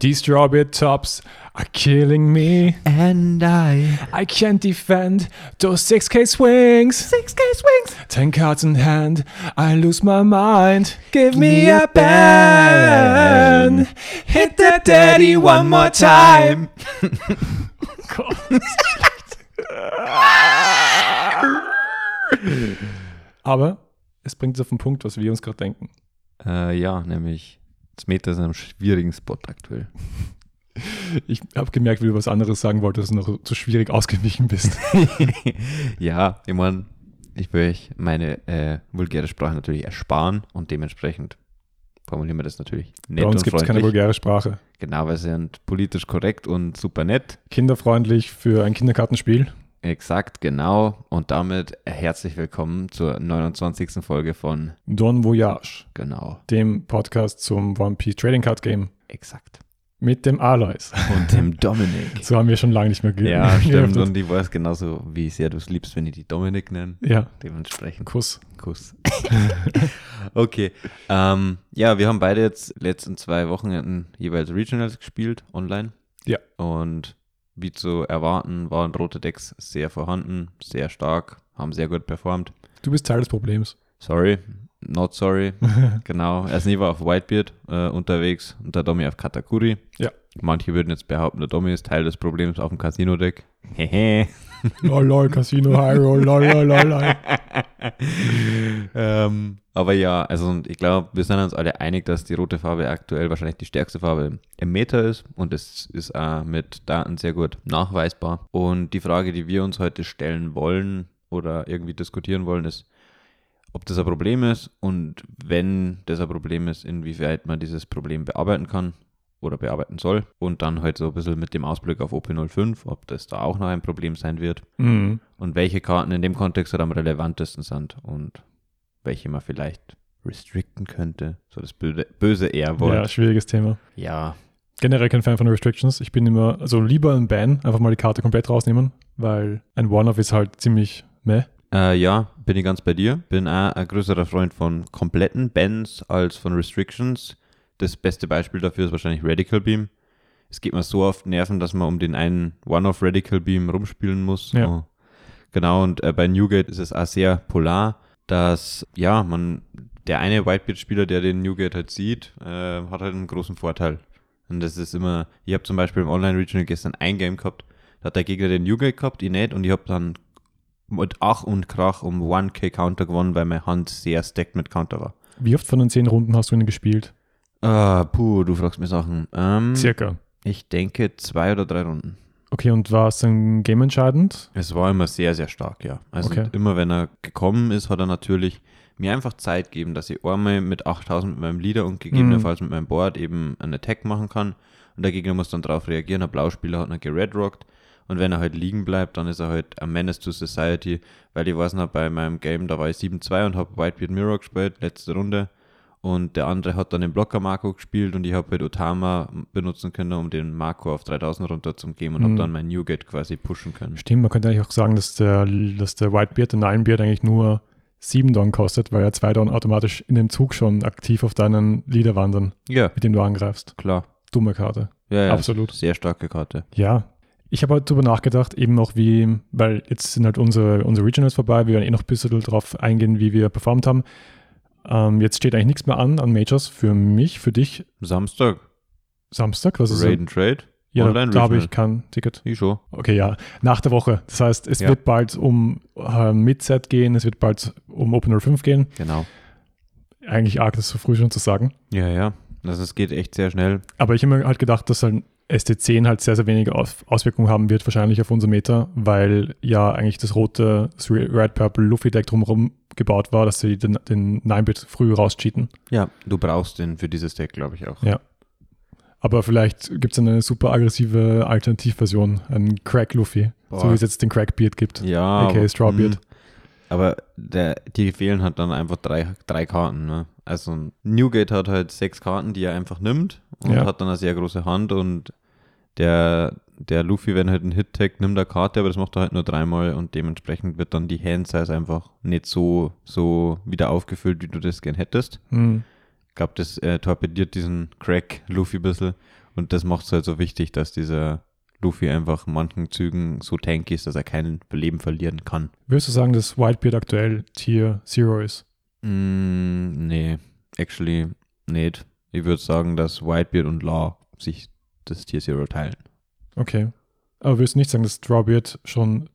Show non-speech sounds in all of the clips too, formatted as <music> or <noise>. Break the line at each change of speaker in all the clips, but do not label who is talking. These strawberry tops are killing me.
And I.
I can't defend those 6K swings.
6K swings.
10 cards in hand, I lose my mind. Give me
Me a
a band. Hit the daddy one more time. Aber es bringt es auf den Punkt, was wir uns gerade denken.
Äh, ja, nämlich. Das Meta ist in einem schwierigen Spot aktuell.
Ich habe gemerkt, wie du was anderes sagen wolltest und noch zu schwierig ausgewichen <laughs> bist.
ja, ich meine, ich will euch meine äh, vulgäre Sprache natürlich ersparen und dementsprechend formulieren wir das natürlich nett
Bei uns
und
gibt es keine
freundlich.
vulgäre Sprache.
Genau, wir sind politisch korrekt und super nett.
Kinderfreundlich für ein Kinderkartenspiel.
Exakt, genau. Und damit herzlich willkommen zur 29. Folge von
Don Voyage,
Genau,
dem Podcast zum One Piece Trading Card Game
exakt.
mit dem Alois.
Und dem
<laughs>
Dominik.
So haben wir schon lange nicht mehr ge- <laughs>
ja, stimmt.
geöffnet.
Und ich weiß genauso, wie sehr du es liebst, wenn ich die Dominik nenne.
Ja,
Dementsprechend
Kuss.
Kuss. okay. Ähm, ja, wir haben beide jetzt letzten zwei Wochenenden jeweils Regionals gespielt online.
Ja.
Und wie zu erwarten, waren rote Decks sehr vorhanden, sehr stark, haben sehr gut performt.
Du bist Teil des Problems.
Sorry, not sorry. genau. Also ich war auf Whitebeard äh, unterwegs und der Domi auf Katakuri.
Ja.
Manche würden jetzt behaupten, der Domi ist Teil des Problems auf dem Casino-Deck. Hehe.
lol, lol, Casino Hyrule, lol, lol, lol, lol.
<laughs> ähm, aber ja, also und ich glaube, wir sind uns alle einig, dass die rote Farbe aktuell wahrscheinlich die stärkste Farbe im Meta ist und es ist auch mit Daten sehr gut nachweisbar. Und die Frage, die wir uns heute stellen wollen oder irgendwie diskutieren wollen, ist, ob das ein Problem ist und wenn das ein Problem ist, inwieweit man dieses Problem bearbeiten kann oder bearbeiten soll. Und dann halt so ein bisschen mit dem Ausblick auf OP05, ob das da auch noch ein Problem sein wird
Mhm.
und welche Karten in dem Kontext halt am relevantesten sind und welche man vielleicht restricten könnte. So das böse, böse
Ja,
R-Wort.
schwieriges Thema.
Ja.
generell kein Fan von Restrictions. Ich bin immer, also lieber ein Ban, einfach mal die Karte komplett rausnehmen, weil ein One-Off ist halt ziemlich meh.
Äh, ja, bin ich ganz bei dir. Bin auch ein größerer Freund von kompletten Bans als von Restrictions. Das beste Beispiel dafür ist wahrscheinlich Radical Beam. Es geht mir so auf die Nerven, dass man um den einen One-Off Radical Beam rumspielen muss.
Ja.
Oh. Genau, und äh, bei Newgate ist es auch sehr polar, dass, ja, man, der eine Whitebeard-Spieler, der den Newgate halt sieht, äh, hat halt einen großen Vorteil. Und das ist immer, ich habe zum Beispiel im Online-Regional gestern ein Game gehabt, da hat der Gegner den Newgate gehabt, ich nicht, und ich habe dann mit Ach und Krach um 1K Counter gewonnen, weil meine Hand sehr stacked mit Counter war.
Wie oft von den zehn Runden hast du ihn gespielt?
Ah, puh, du fragst mir Sachen. Ähm,
Circa.
ich denke zwei oder drei Runden.
Okay, und war es dann gameentscheidend?
Es war immer sehr, sehr stark, ja. Also
Okay.
immer wenn er gekommen ist, hat er natürlich mir einfach Zeit gegeben, dass ich einmal mit 8000 mit meinem Leader und
Mhm.
gegebenenfalls mit meinem Board eben einen Attack machen kann. Und der Gegner muss dann darauf reagieren. Der Blauspieler hat noch geredrockt. Und wenn er halt liegen bleibt, dann ist er halt ein Menace to Society. Weil ich weiß noch, bei meinem Game, da war ich 7-2 und habe Whitebeard Mirror gespielt, letzte Runde. Und der andere hat dann den Blocker Marco gespielt und ich habe halt Otama benutzen können, um den Marco auf 3000 runterzugeben und
Mhm.
habe dann mein Newgate quasi pushen können.
Stimmt, man könnte eigentlich auch sagen, dass der, dass der Whitebeard, der Ninebeard eigentlich nur sieben Don kostet, weil ja zwei Don automatisch in dem Zug schon aktiv auf deinen Leader wandern,
Ja,
mit dem du angreifst.
klar.
Dumme Karte.
Ja, ja.
Absolut.
Sehr starke Karte.
Ja. Ich habe heute darüber nachgedacht, eben auch wie, weil jetzt sind halt unsere, unsere Regionals vorbei, wir werden eh noch ein bisschen drauf eingehen, wie wir performt haben. Ähm, jetzt steht eigentlich nichts mehr an an Majors für mich, für dich
Samstag,
Samstag, was ist
Raid and Trade.
ja,
Online
da habe
Regional.
ich kein Ticket.
Ich schon.
Okay, ja, nach der Woche. Das heißt, es
Ja.
wird bald um äh, Midset gehen, es wird bald um Open 05 gehen.
Genau.
Eigentlich arg, das so früh schon zu sagen.
Ja, ja. Also es geht echt sehr schnell.
Aber ich habe mir halt gedacht, dass halt ST10 halt sehr, sehr wenige Aus Auswirkungen haben wird, wahrscheinlich auf unser Meta, weil ja eigentlich das rote das Red Purple Luffy Deck drumherum gebaut war, dass sie den, den 9-Bit früh rauscheaten.
Ja, du brauchst den für dieses Deck, glaube ich auch.
Ja. Aber vielleicht gibt es eine super aggressive Alternativversion, einen Crack Luffy,
Boah.
so wie es jetzt den Crack Beard gibt.
Ja.
AKA
aber-
Strawbeard.
Mhm. Aber der, die fehlen halt dann einfach drei, drei Karten. Ne? Also Newgate hat halt sechs Karten, die er einfach nimmt und
Ja.
hat dann eine sehr große Hand und der, der Luffy, wenn halt ein Hit-Tag, nimmt eine Karte, aber das macht er halt nur dreimal und dementsprechend wird dann die Hand-Size einfach nicht so, so wieder aufgefüllt, wie du das gern hättest.
Mhm.
Ich glaube, das äh, torpediert diesen Crack Luffy ein bisschen. Und das macht es halt so wichtig, dass dieser Luffy einfach in manchen Zügen so tanky ist, dass er kein Leben verlieren kann.
Würdest du sagen, dass Whitebeard aktuell Tier Zero ist?
Mm, nee, actually nicht. Ich würde sagen, dass Whitebeard und Law sich das Tier Zero teilen.
Okay. Aber würdest du nicht sagen, dass Drawbeard schon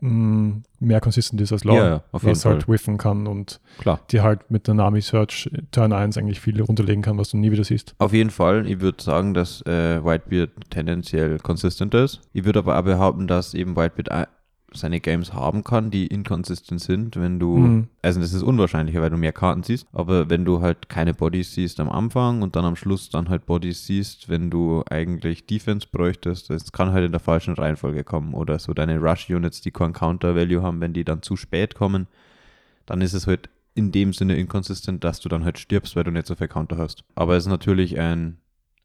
mh, mehr consistent ist als Law?
Ja, ja, auf jeden
Was halt
Fall.
whiffen kann und
Klar.
die halt mit der Nami Search Turn 1 eigentlich viel runterlegen kann, was du nie wieder siehst.
Auf jeden Fall, ich würde sagen, dass äh, Whitebeard tendenziell konsistent ist. Ich würde aber auch behaupten, dass eben Whitebeard a- seine Games haben kann, die inkonsistent sind, wenn du,
Mhm.
also das ist unwahrscheinlicher, weil du mehr Karten siehst, aber wenn du halt keine Bodies siehst am Anfang und dann am Schluss dann halt Bodies siehst, wenn du eigentlich Defense bräuchtest, das kann halt in der falschen Reihenfolge kommen oder so deine Rush-Units, die kein Counter-Value haben, wenn die dann zu spät kommen, dann ist es halt in dem Sinne inkonsistent, dass du dann halt stirbst, weil du nicht so viel Counter hast. Aber es ist natürlich ein,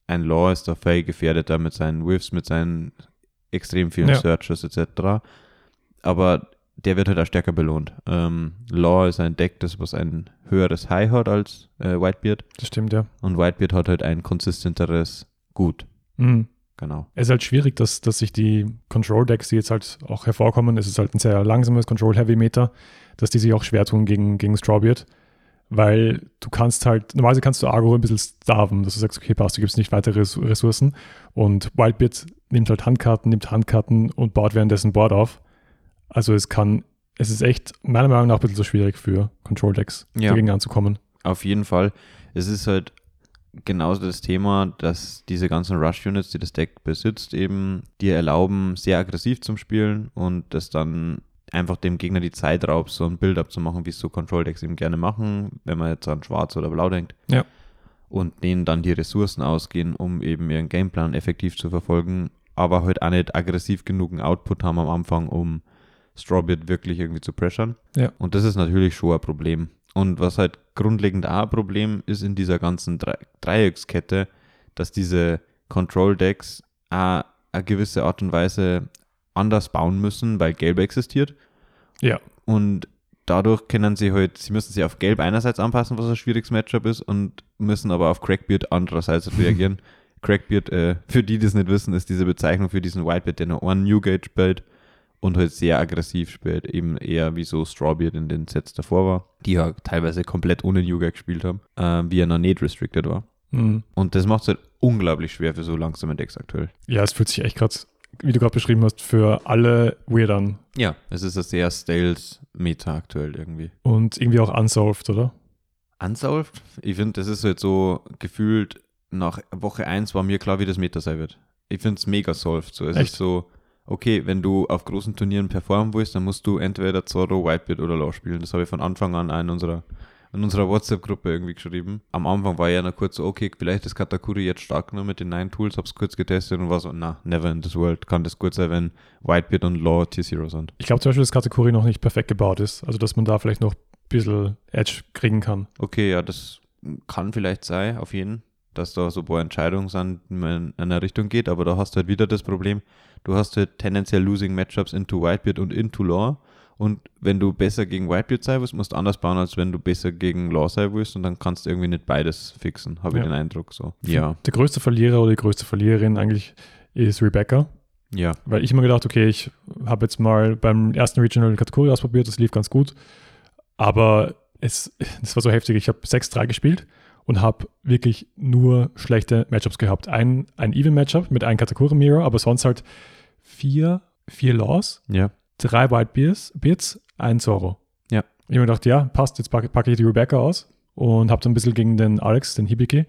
ein Law ist da fail gefährdeter mit seinen Whiffs, mit seinen extrem vielen
Ja.
Searches etc. Aber der wird halt auch stärker belohnt. Ähm, Law ist ein Deck, das was ein höheres High hat als äh, Whitebeard.
Das stimmt, ja.
Und Whitebeard hat halt ein konsistenteres Gut.
Mhm.
Genau.
Es ist halt schwierig, dass, dass sich die Control-Decks, die jetzt halt auch hervorkommen, es ist halt ein sehr langsames Control-Heavy-Meter, dass die sich auch schwer tun gegen, gegen Strawbeard. Weil du kannst halt, normalerweise kannst du Agro ein bisschen starven, dass du sagst, okay, passt, du gibst nicht weitere Res- Ressourcen. Und Wildbeard nimmt halt Handkarten, nimmt Handkarten und baut währenddessen Board auf. Also es kann, es ist echt meiner Meinung nach ein bisschen so schwierig für Control-Decks
Ja.
dagegen anzukommen.
Auf jeden Fall. Es ist halt genauso das Thema, dass diese ganzen Rush-Units, die das Deck besitzt, eben dir erlauben, sehr aggressiv zu spielen und das dann einfach dem Gegner die Zeit raubt, so ein Build-up zu machen, wie es so Control-Decks eben gerne machen, wenn man jetzt an Schwarz oder Blau denkt.
Ja.
Und denen dann die Ressourcen ausgehen, um eben ihren Gameplan effektiv zu verfolgen, aber halt auch nicht aggressiv genug einen Output haben am Anfang, um Strawbeard wirklich irgendwie zu pressern.
Ja.
Und das ist natürlich schon ein Problem. Und was halt grundlegend auch ein Problem ist in dieser ganzen Dre Dreieckskette, dass diese Control-Decks auch eine gewisse Art und Weise anders bauen müssen, weil Gelb existiert.
Ja.
Und dadurch können sie halt, sie müssen sich auf Gelb einerseits anpassen, was ein schwieriges Matchup ist, und müssen aber auf Crackbeard andererseits reagieren. Crackbeard, äh, für die, die es nicht wissen, ist diese Bezeichnung für diesen Whitebeard, der nur einen Newgate spielt und halt sehr aggressiv spielt, eben eher wie so Strawbeard in den Sets davor war, die ja teilweise komplett ohne Newgate gespielt haben, äh, wie er noch nicht restricted war.
Mhm.
Und das macht es halt unglaublich schwer für so langsame Decks aktuell.
Ja, es fühlt sich echt gerade, wie du gerade beschrieben hast, für alle weird an.
Ja, es ist ein sehr stales Meta aktuell irgendwie.
Und irgendwie auch unsolved, oder?
Unsolved? Ich finde, das ist halt so gefühlt, nach Woche 1 war mir klar, wie das Meta sein wird. Ich finde es mega solved. So. Es
Echt?
ist so, okay, wenn du auf großen Turnieren performen willst, dann musst du entweder Zorro, Whitebeard oder Law spielen. Das habe ich von Anfang an auch in unserer, in unserer WhatsApp-Gruppe irgendwie geschrieben. Am Anfang war ja noch kurz so, okay, vielleicht ist Katakuri jetzt stark nur mit den neuen Tools, hab's kurz getestet und war so, na, never in this world kann das gut sein, wenn Whitebeard und Law Tier Zero sind.
Ich glaube zum Beispiel, dass Kategorie noch nicht perfekt gebaut ist. Also, dass man da vielleicht noch ein bisschen Edge kriegen kann.
Okay, ja, das kann vielleicht sein, auf jeden dass da so ein paar Entscheidungen sind, die man in eine Richtung geht, aber da hast du halt wieder das Problem, du hast halt tendenziell losing Matchups into Whitebeard und into Law und wenn du besser gegen Whitebeard sein willst, musst du anders bauen, als wenn du besser gegen Law sein willst und dann kannst du irgendwie nicht beides fixen, habe ich
Ja.
den Eindruck so. Ja,
Der größte Verlierer oder die größte Verliererin eigentlich ist Rebecca.
ja,
Weil ich immer gedacht, okay, ich habe jetzt mal beim ersten Regional Kategorie ausprobiert, das lief ganz gut. Aber es das war so heftig. Ich habe 6-3 gespielt und habe wirklich nur schlechte Matchups gehabt. Ein, ein Even-Matchup mit einem Kategorie-Mirror, aber sonst halt vier, vier Laws,
ja,
drei White Beers, Beards, ein Zorro.
Ja.
Ich habe mir gedacht, ja, passt, jetzt packe packe ich die Rebecca aus und habe dann ein bisschen gegen den Alex, den Hibiki,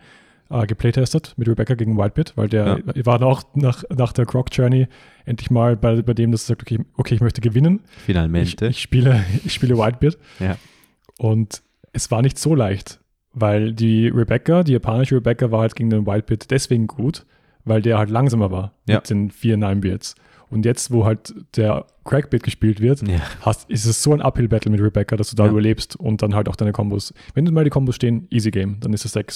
äh, geplaytestet mit Rebecca gegen Whitebeard, weil der war dann auch nach, nach der Croc Journey endlich mal bei, bei dem, dass er sagt, okay, okay ich möchte gewinnen. Ich,
finalmente.
ich, spiele, <laughs> ich spiele Whitebeard.
Ja.
Und es war nicht so leicht, weil die Rebecca, die japanische Rebecca, war halt gegen den Whitebeard deswegen gut, weil der halt langsamer war
Ja.
mit den vier Ninebeards. Und jetzt, wo halt der Crackbeard gespielt wird,
ja.
hast, ist es so ein Uphill-Battle mit Rebecca, dass du da
Ja.
überlebst und dann halt auch deine Kombos. Wenn du mal die Kombos stehen, easy game, dann ist das Deck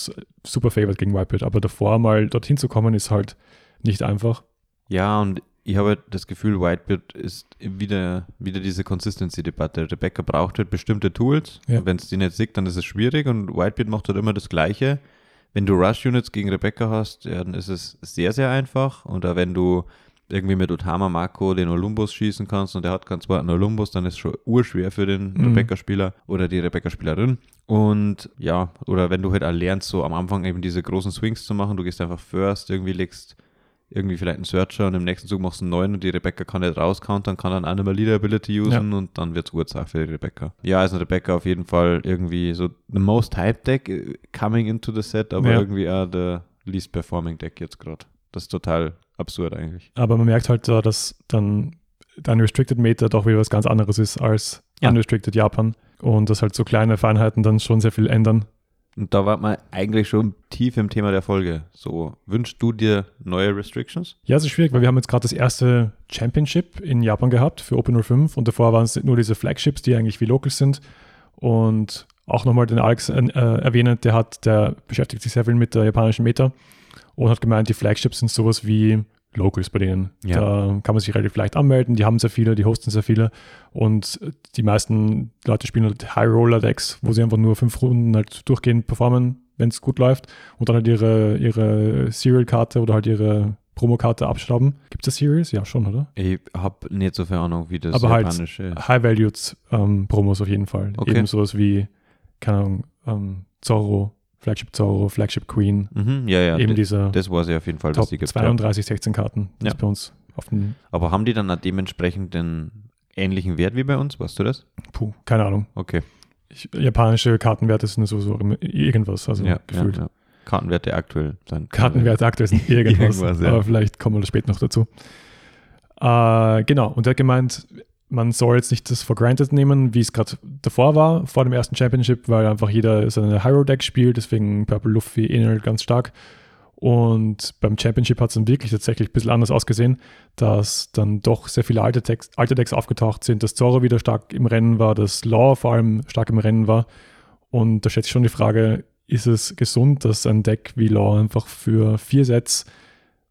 super favored gegen Whitebeard. Aber davor mal dorthin zu kommen, ist halt nicht einfach.
Ja, und ich habe halt das Gefühl, Whitebeard ist wieder, wieder diese Consistency-Debatte. Rebecca braucht halt bestimmte Tools.
Ja.
Wenn es die nicht sieht, dann ist es schwierig. Und Whitebeard macht halt immer das Gleiche, Wenn du Rush-Units gegen Rebecca hast, ja, dann ist es sehr, sehr einfach. Oder wenn du irgendwie mit Otama Marco den Olympus schießen kannst und der hat keinen zweiten Olympus, dann ist es schon urschwer für den
Mhm.
Rebecca-Spieler oder die Rebecca-Spielerin. Und ja, oder wenn du halt auch lernst, so am Anfang eben diese großen Swings zu machen, du gehst einfach first, irgendwie legst irgendwie vielleicht einen Searcher und im nächsten Zug machst du einen neuen und die Rebecca kann nicht rauscountern, kann dann auch nicht mehr Leader Ability usen und dann wird's Uhrzeit für die Rebecca. Ja, also Rebecca auf jeden Fall irgendwie so the most hype Deck äh, coming into the set, aber
Ja.
irgendwie auch the least performing Deck jetzt gerade. Das ist total absurd eigentlich.
Aber man merkt halt da, dass dann der Unrestricted Meter doch wieder was ganz anderes ist als
Ja.
Unrestricted Japan und dass halt so kleine Feinheiten dann schon sehr viel ändern.
Und da war man eigentlich schon tief im Thema der Folge. So, wünschst du dir neue Restrictions?
Ja, es ist schwierig, weil wir haben jetzt gerade das erste Championship in Japan gehabt für Open 05 und davor waren es nur diese Flagships, die eigentlich wie Locals sind. Und auch nochmal den Alex äh, erwähnt, der hat, der beschäftigt sich sehr viel mit der japanischen Meta und hat gemeint, die Flagships sind sowas wie Locals bei denen.
Ja.
Da kann man sich relativ leicht anmelden, die haben sehr viele, die hosten sehr viele und die meisten Leute spielen halt High Roller Decks, wo sie einfach nur fünf Runden halt durchgehend performen, wenn es gut läuft und dann halt ihre, ihre Serial-Karte oder halt ihre Promokarte abschrauben. Gibt es Serials? Ja, schon, oder?
Ich habe nicht so viel Ahnung, wie das
Aber halt-
japanische.
High-Valued ähm, Promos auf jeden Fall.
Okay.
Eben sowas wie, keine Ahnung, ähm, Zorro, Flagship Zorro, Flagship Queen.
Mhm, ja, ja.
eben
d-
diese
das war sie auf jeden Fall, dass
Top
die gibt.
32, 16 Karten, die
Ja.
es bei uns auf dem,
Aber haben die dann auch dementsprechend den ähnlichen Wert wie bei uns? Weißt du das?
puh, keine Ahnung.
Okay.
Ich, japanische Kartenwerte sind sowieso im- irgendwas, also
ja,
gefühlt.
Ja, ja. Kartenwerte aktuell äh, sein.
Kartenwerte aktuell
<laughs>
sind irgendwas,
Irgendwas, ja.
aber vielleicht kommen wir da später noch dazu. Äh, genau, und er hat gemeint, man soll jetzt nicht das for granted nehmen, wie es gerade davor war, vor dem ersten Championship, weil einfach jeder seine Hero-Deck spielt, deswegen Purple Luffy ähnelt ganz stark. Und beim Championship hat es dann wirklich tatsächlich ein bisschen anders ausgesehen, dass dann doch sehr viele alte, Decks, alte Decks aufgetaucht sind, dass Zoro wieder stark im Rennen war, dass Law vor allem stark im Rennen war. Und da stellt sich schon die Frage, ist es gesund, dass ein Deck wie Law einfach für vier Sets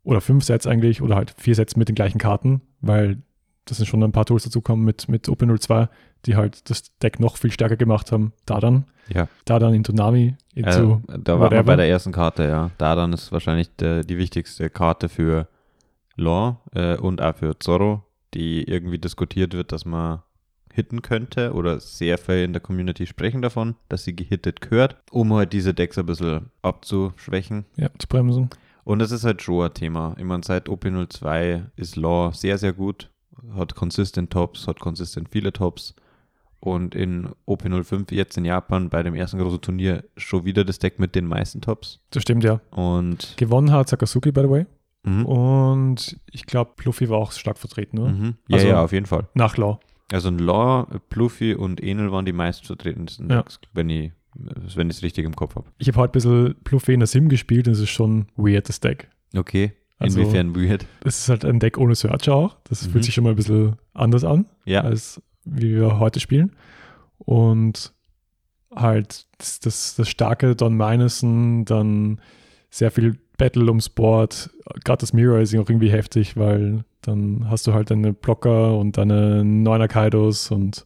oder fünf Sets eigentlich oder halt vier Sets mit den gleichen Karten, weil das sind schon ein paar Tools dazukommen mit, mit OP02, die halt das Deck noch viel stärker gemacht haben. Dadan,
Ja.
Dadan in Tsunami, in
Äh,
zu-
da war
whatever.
man bei der ersten Karte, ja. Da dann ist wahrscheinlich der, die wichtigste Karte für Law äh, und auch für Zorro, die irgendwie diskutiert wird, dass man hitten könnte oder sehr viel in der Community sprechen davon, dass sie gehittet gehört, um halt diese Decks ein bisschen abzuschwächen.
ja, zu bremsen.
Und das ist halt schon ein Thema. Ich meine, seit OP02 ist Law sehr, sehr gut. Hat consistent Tops, hat consistent viele Tops. Und in OP05 jetzt in Japan bei dem ersten großen Turnier schon wieder das Deck mit den meisten Tops.
Das stimmt, ja.
Und
Gewonnen hat Sakazuki, by the way. Oh,
mhm,
Und ich glaube, Luffy war auch stark vertreten, oder?
mhm. ja,
Also-
ja, auf jeden Fall.
Nach Law.
Also in Law, Pluffy und Enel waren die meistvertretensten
Ja.
Decks, wenn ich wenn ich es richtig im Kopf habe.
Ich habe heute ein bisschen Luffy in der Sim gespielt und es ist schon ein weirdes Deck.
Okay.
Also-
Inwiefern weird.
Es ist halt ein Deck ohne Searcher auch. Das
Mhm.
fühlt sich schon mal ein bisschen anders an,
Ja,
als wie wir heute spielen. Und halt das, das, das starke Don Minusen, dann sehr viel Battle ums Board. Gerade das Mirror ist auch irgendwie heftig, weil dann hast du halt deine Blocker und deine Neuner Kaidos und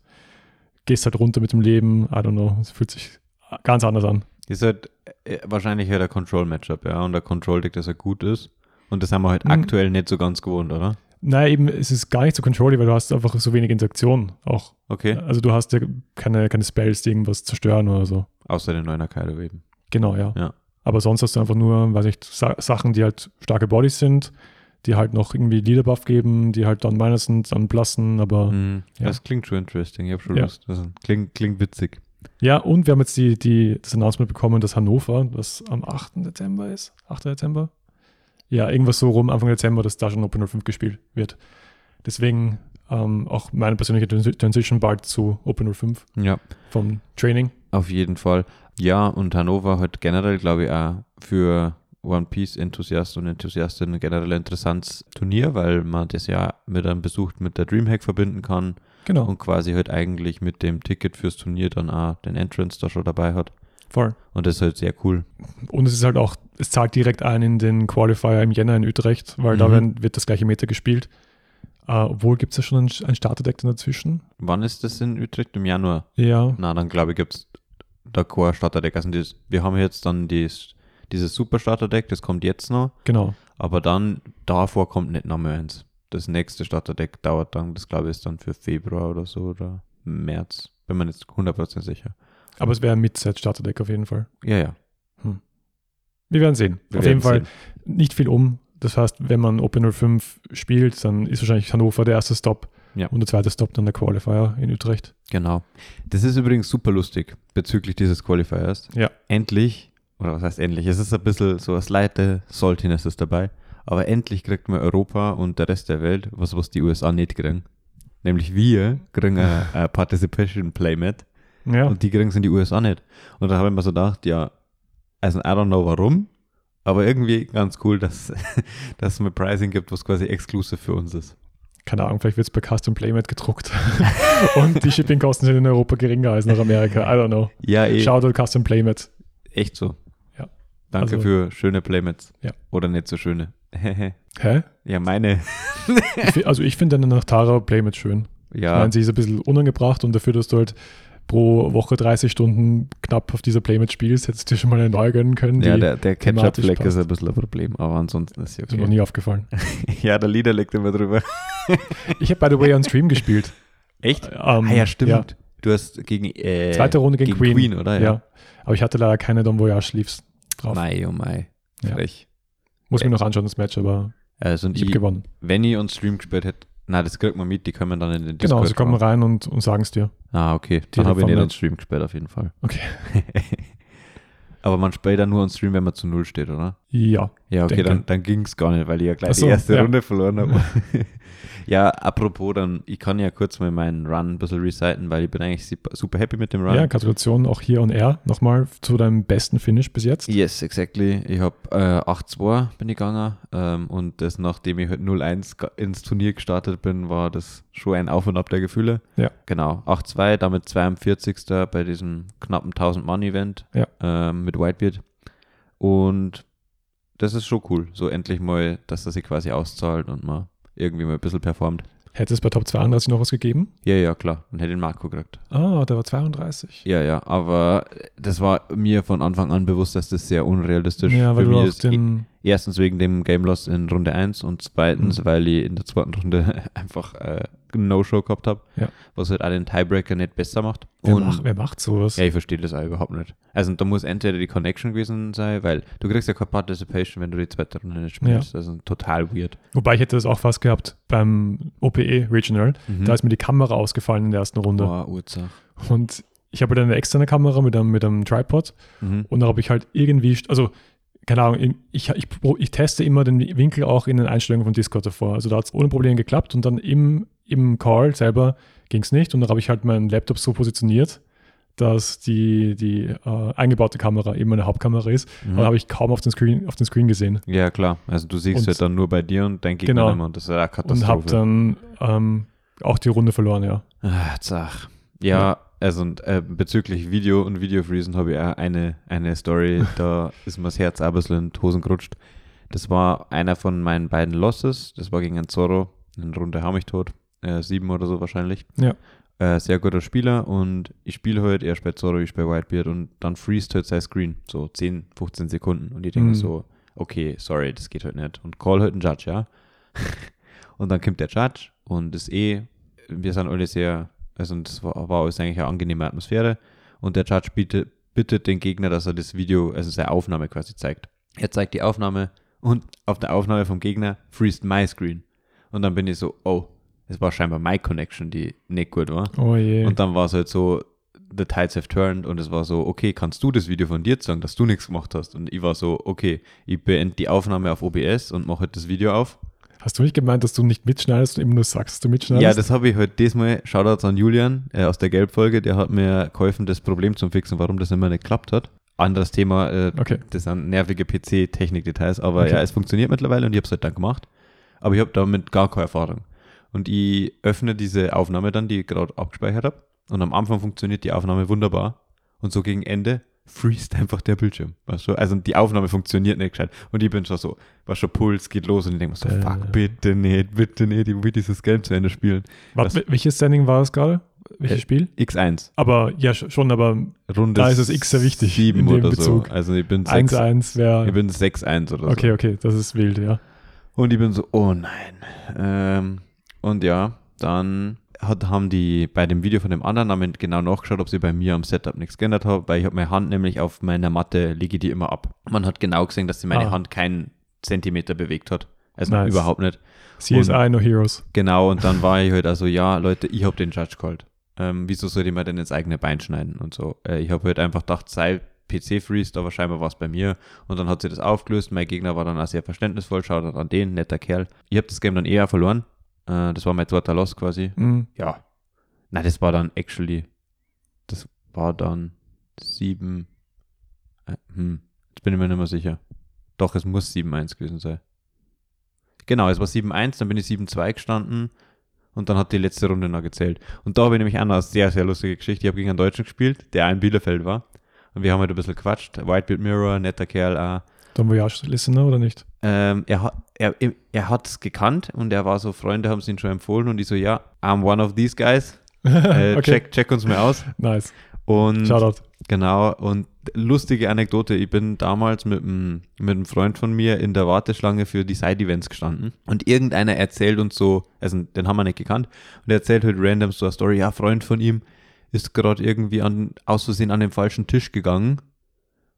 gehst halt runter mit dem Leben. I don't know. Es fühlt sich ganz anders an.
ist halt äh, wahrscheinlich halt ein Control-Matchup, ja. Und der Control-Deck, dass er gut ist. Und das haben wir halt
Mhm.
aktuell nicht so ganz gewohnt, oder?
Naja, eben, es ist gar nicht so controlly, weil du hast einfach so wenig Interaktion auch.
Okay.
Also du hast ja keine, keine Spells, die irgendwas zerstören oder so.
Außer den Neuner Kaido eben.
Genau, ja.
Ja.
Aber sonst hast du einfach nur, weiß nicht, Sa Sachen, die halt starke Bodies sind, die halt noch irgendwie Leaderbuff geben, die halt dann meines sind, dann blassen, aber
Mhm.
Ja.
Das klingt schon interesting. Ich habe schon
Ja.
Lust. Also, klingt, klingt witzig.
ja, und wir haben jetzt die, die, das Announcement bekommen, dass Hannover, was am 8. Dezember ist, 8. Dezember? Ja, irgendwas so rum, Anfang Dezember, dass da schon Open 05 gespielt wird. Deswegen ähm, auch meine persönliche Transi- Transition bald zu Open 05
Ja.
vom Training.
Auf jeden Fall. Ja, und Hannover hat generell, glaube ich, auch für One Piece-Enthusiasten und Enthusiastinnen generell ein interessantes Turnier, weil man das ja mit einem Besuch mit der Dreamhack verbinden kann
Genau,
und quasi halt eigentlich mit dem Ticket fürs Turnier dann auch den Entrance da schon dabei hat.
voll.
Und das ist halt sehr cool.
Und es ist halt auch, es zahlt direkt ein in den Qualifier im Jänner in Utrecht, weil da
Mhm.
werden, wird das gleiche Meter gespielt. Äh, obwohl gibt es ja schon ein, ein Starterdeck dann dazwischen.
Wann ist das in Utrecht? Im Januar?
Ja,
Na, dann glaube ich, gibt es da kein Starterdeck. Also das, wir haben jetzt dann das, dieses Super Starter Deck, das kommt jetzt noch,
Genau.
aber dann davor kommt nicht Nummer eins. Das nächste Starter Deck dauert dann, das glaube ich ist dann für Februar oder so oder März, bin mir jetzt 100% sicher.
Aber es wäre ein Mid-Set-Starterdeck auf jeden Fall.
Ja, ja.
Wir werden sehen.
wir
auf jeden Fall
werden sehen.
nicht viel um. Das heißt, wenn man Open 05 spielt, dann ist wahrscheinlich Hannover der erste Stop
Ja.
und der zweite Stop dann der Qualifier in Utrecht.
Genau. Das ist übrigens super lustig bezüglich dieses Qualifiers.
Ja.
Endlich, oder was heißt endlich? Es ist ein bisschen so eine leichte Saltiness ist dabei. Aber endlich kriegt man Europa und der Rest der Welt, was, was die USA nicht kriegen. Nämlich wir kriegen
<laughs>
ein, ein Participation Play mit
Ja,
und die kriegen es in die USA nicht. Und da habe ich mir so gedacht, ja, also I don't know warum, aber irgendwie ganz cool, dass, <laughs> dass es ein Pricing gibt, was quasi exklusiv für uns ist.
keine Ahnung, vielleicht wird es bei Custom Playmat gedruckt. <laughs> und die Shippingkosten sind in Europa geringer als nach Amerika. I don't know.
Ja, eh.
Shoutout Custom Playmat.
Echt so.
Ja.
Danke
Also-
für schöne Playmats.
Ja.
Oder nicht so schöne. <laughs>
Hä?
ja, meine.
Ich, fi- also ich finde deine Nachtara Playmat schön. Ich
Ja,
meine, sie ist ein bisschen unangebracht und dafür, dass du halt pro Woche 30 Stunden knapp auf dieser Playmat spielst, hättest du dir schon mal eine neue gönnen können.
ja
die
der, der
thematisch
Ketchup-Fleck
passt.
ist ein bisschen ein Problem, aber ansonsten ist sie
ist mir noch
okay.
nie aufgefallen.
<laughs> Ja, der Lieder liegt immer drüber.
Ich habe, by the way, on Stream gespielt.
Echt?
Ähm,
<laughs> ah ja, stimmt. Du hast gegen. Äh,
Zweite Runde gegen,
gegen
Queen.
Queen, oder?
Ja.
Ja.
Aber ich hatte leider keine Don Voyage Leaves drauf.
Mai, oh Mai.
Ja.
Frech.
Muss mir noch anschauen, das Match, aber
Also, und
ich habe
ich,
gewonnen.
wenn ich uns Stream gespielt hätte, na, das kriegt man mit, die können dann in den Discord.
Genau, sie kommen
rein.
rein und, und sagen es dir.
Ah, okay. Dann habe ich
Telefonat.
nicht on Stream gespielt, auf jeden Fall.
Okay.
<laughs> aber man spielt dann nur on Stream, wenn man zu Null steht, oder?
Ja,
Ja, okay,
Denke.
dann, dann ging es gar nicht, weil ich ja
Ach
gleich
so,
die erste
ja.
Runde
<laughs>
verloren habe. <laughs> ja, apropos, dann, ich kann ja kurz mal meinen Run ein bisschen reciten, weil ich bin eigentlich super, super happy mit dem Run.
ja, Gratulation auch hier on air. Nochmal zu deinem besten Finish bis jetzt.
Yes, exactly. Ich habe äh, 8-2 bin ich gegangen ähm, und das, nachdem ich halt 0-1 ge- ins Turnier gestartet bin, war das schon ein Auf und Ab der Gefühle.
Ja.
Genau, 8-2, damit 42. bei diesem knappen 1000-Mann-Event
Ja.
ähm, mit Whitebeard. Und das ist schon cool, so endlich mal, dass das sich quasi auszahlt und man irgendwie mal ein bisschen performt.
Hätte es bei Top 32 noch was gegeben?
Ja, ja, klar. Und hätte den Marco gekriegt.
Ah, da war 32.
Ja, ja, aber das war mir von Anfang an bewusst, dass das sehr unrealistisch
ja, weil
für
du
mich
auch
ist.
den.
Erstens wegen dem Game Loss in Runde 1 und zweitens,
Mhm.
weil ich in der zweiten Runde <laughs> einfach äh, einen No-Show gehabt habe,
Ja.
was halt auch den Tiebreaker nicht besser macht.
Wer,
Und-
macht, wer macht sowas?
ja, ich verstehe das auch überhaupt nicht. Also da muss entweder die Connection gewesen sein, weil du kriegst ja keine Participation, wenn du die zweite Runde nicht spielst. Also total weird.
Wobei ich hätte das auch fast gehabt beim OPE Regional.
Mhm.
Da ist mir die Kamera ausgefallen in der ersten Runde.
Boah, Urzach.
Und ich habe dann eine externe Kamera mit einem, mit einem Tripod
Mhm.
und da habe ich halt irgendwie, also keine Ahnung, in- ich, ich, pro- ich teste immer den Winkel auch in den Einstellungen von Discord davor. Also da hat es ohne Probleme geklappt und dann im, im Call selber ging es nicht und dann habe ich halt meinen Laptop so positioniert, dass die, die äh, eingebaute Kamera eben meine Hauptkamera ist. Und dann
Mhm.
habe ich kaum auf den Screen, auf den Screen gesehen
Ja, klar. Also du siehst
Und-
halt dann nur bei dir und dein Gegner
Genau.
immer und das ist ja eine
und habe
Katastrophe.
dann ähm, auch die Runde verloren, ja.
Ah, zach.
Ja.
Ja, also und, äh, bezüglich Video und Video Freezen habe ich auch eine,
<laughs>
eine Story, da ist mir das Herz auch ein bisschen in die Hosen gerutscht. Das war einer von meinen beiden Losses, das war gegen einen Zorro, in Runde hau mich tot, äh, sieben oder so wahrscheinlich.
Ja.
Äh, sehr guter Spieler und ich spiele heute, er spielt Zorro, ich spiele Whitebeard und dann freest halt sein Screen, so 10, 15 Sekunden und ich denke
Mhm.
so, okay, sorry, das geht heute nicht und call heute einen Judge, ja. <laughs> und dann kommt der Judge und ist eh wir sind alle sehr, also das war, war alles eigentlich eine angenehme Atmosphäre und der Judge bietet, bittet den Gegner, dass er das Video, also seine Aufnahme quasi zeigt. Er zeigt die Aufnahme und auf der Aufnahme vom Gegner freest my screen. Und dann bin ich so, oh, es war scheinbar my connection, die nicht gut war.
Oh je.
Und dann war es halt so, the tides have turned und es war so, okay, kannst du das Video von dir zeigen, dass du nichts gemacht hast? Und ich war so, okay, ich beende die Aufnahme auf OBS und mache halt das Video auf
Hast du nicht gemeint, dass du nicht mitschneidest und immer nur sagst, dass du mitschneidest?
Ja, das habe ich heute diesmal. Shoutouts an Julian äh, aus der Gelbfolge, der hat mir geholfen, das Problem zum Fixen, warum das immer nicht geklappt hat. Anderes Thema, äh,
Okay.
das sind nervige PC-Technik-Details, aber
Okay.
ja, es funktioniert mittlerweile und ich habe es halt dann gemacht. Aber ich habe damit gar keine Erfahrung. Und ich öffne diese Aufnahme dann, die ich gerade abgespeichert habe. Und am Anfang funktioniert die Aufnahme wunderbar. Und so gegen Ende freest <laughs> einfach der Bildschirm. Weißt du? Also die Aufnahme funktioniert nicht gescheit. Und ich bin schon so, was schon Puls geht los. Und ich denke mir so,
Äh.
fuck, bitte nicht, bitte nicht, ich will dieses Game zu Ende spielen.
Warte, welches Standing war das gerade? welches
Äh,
Spiel?
X1.
Aber ja, sch- schon, aber
Runde
Da ist das X sehr wichtig,
sieben
in dem
oder
Bezug.
so. Also ich bin 6
1-1
ich
wäre.
bin 6-1 oder so.
Okay, okay, das ist wild, ja.
Und ich bin so, oh nein. Ähm, und ja, dann hat, haben die bei dem Video von dem anderen haben genau nachgeschaut, ob sie bei mir am Setup nichts geändert haben, weil ich habe meine Hand nämlich auf meiner Matte, lege die immer ab. Man hat genau gesehen, dass sie meine
Ah.
Hand keinen Zentimeter bewegt hat. Also
Nice.
überhaupt nicht.
CSI No Heroes.
Genau, und dann war ich halt also, ja, Leute, ich habe den Judge called. Ähm, wieso sollte ich mir denn ins eigene Bein schneiden und so? Äh, ich habe halt einfach gedacht, sei PC freest, aber scheinbar war es bei mir. Und dann hat sie das aufgelöst. Mein Gegner war dann auch sehr verständnisvoll. Schaut an den, netter Kerl. Ich habe das Game dann eher verloren. Äh, das war mein zweiter Loss quasi.
Mhm.
Ja. Nein, das war dann actually, das war dann sieben. Äh, hm, jetzt bin ich mir nicht mehr sicher. Doch, es muss 7-1 gewesen sein. Genau, es war 7-1, dann bin ich 7-2 gestanden und dann hat die letzte Runde noch gezählt. Und da habe ich nämlich auch noch eine sehr, sehr lustige Geschichte. Ich habe gegen einen Deutschen gespielt, der auch in Bielefeld war. Und wir haben halt ein bisschen gequatscht. Whitebeard Mirror, netter Kerl auch.
Don Voyage Listener oder nicht?
Ähm, er hat er, er hat's gekannt und er war so, Freunde haben es ihn schon empfohlen und ich so, ja, I'm one of these guys.
Ah, <laughs>
Äh, check, check uns mal aus.
Nice.
Und
Shoutout.
genau, und lustige Anekdote, ich bin damals mit einem, mit einem Freund von mir in der Warteschlange für die Side-Events gestanden und irgendeiner erzählt uns so, also den haben wir nicht gekannt, und er erzählt halt random so eine Story, ja, Freund von ihm ist gerade irgendwie an, aus Versehen an den falschen Tisch gegangen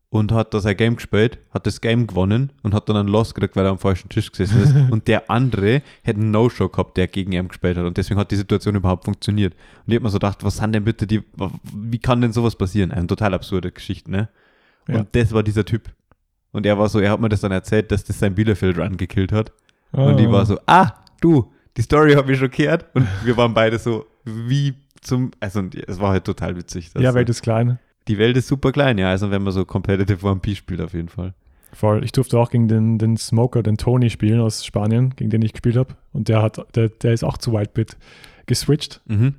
und hat das ein Game gespielt, hat das Game gewonnen und hat dann einen Loss gekriegt, weil er am falschen Tisch gesessen ist. und der andere hätte einen No-Show gehabt, der gegen ihn gespielt hat. Und deswegen hat die Situation überhaupt funktioniert. Und ich habe mir so gedacht, was sind denn bitte die, wie kann denn sowas passieren? Eine total absurde Geschichte, ne? Und
Ja.
das war dieser Typ. Und er war so, er hat mir das dann erzählt, dass das sein Bielefeld-Run gekillt hat. Und ich war so, ah, du, die Story hat mich schockiert. Und wir waren beide so, wie zum, also und es war halt total witzig. dass-
Ja, Welt ist klein.
die Welt ist super klein, ja. Also wenn man so Competitive One Piece spielt, auf jeden Fall.
Voll. Ich durfte auch gegen den, den Smoker, den Tony, spielen aus Spanien, gegen den ich gespielt habe. Und der hat, der, der ist auch zu Whitebit geswitcht.
Mhm.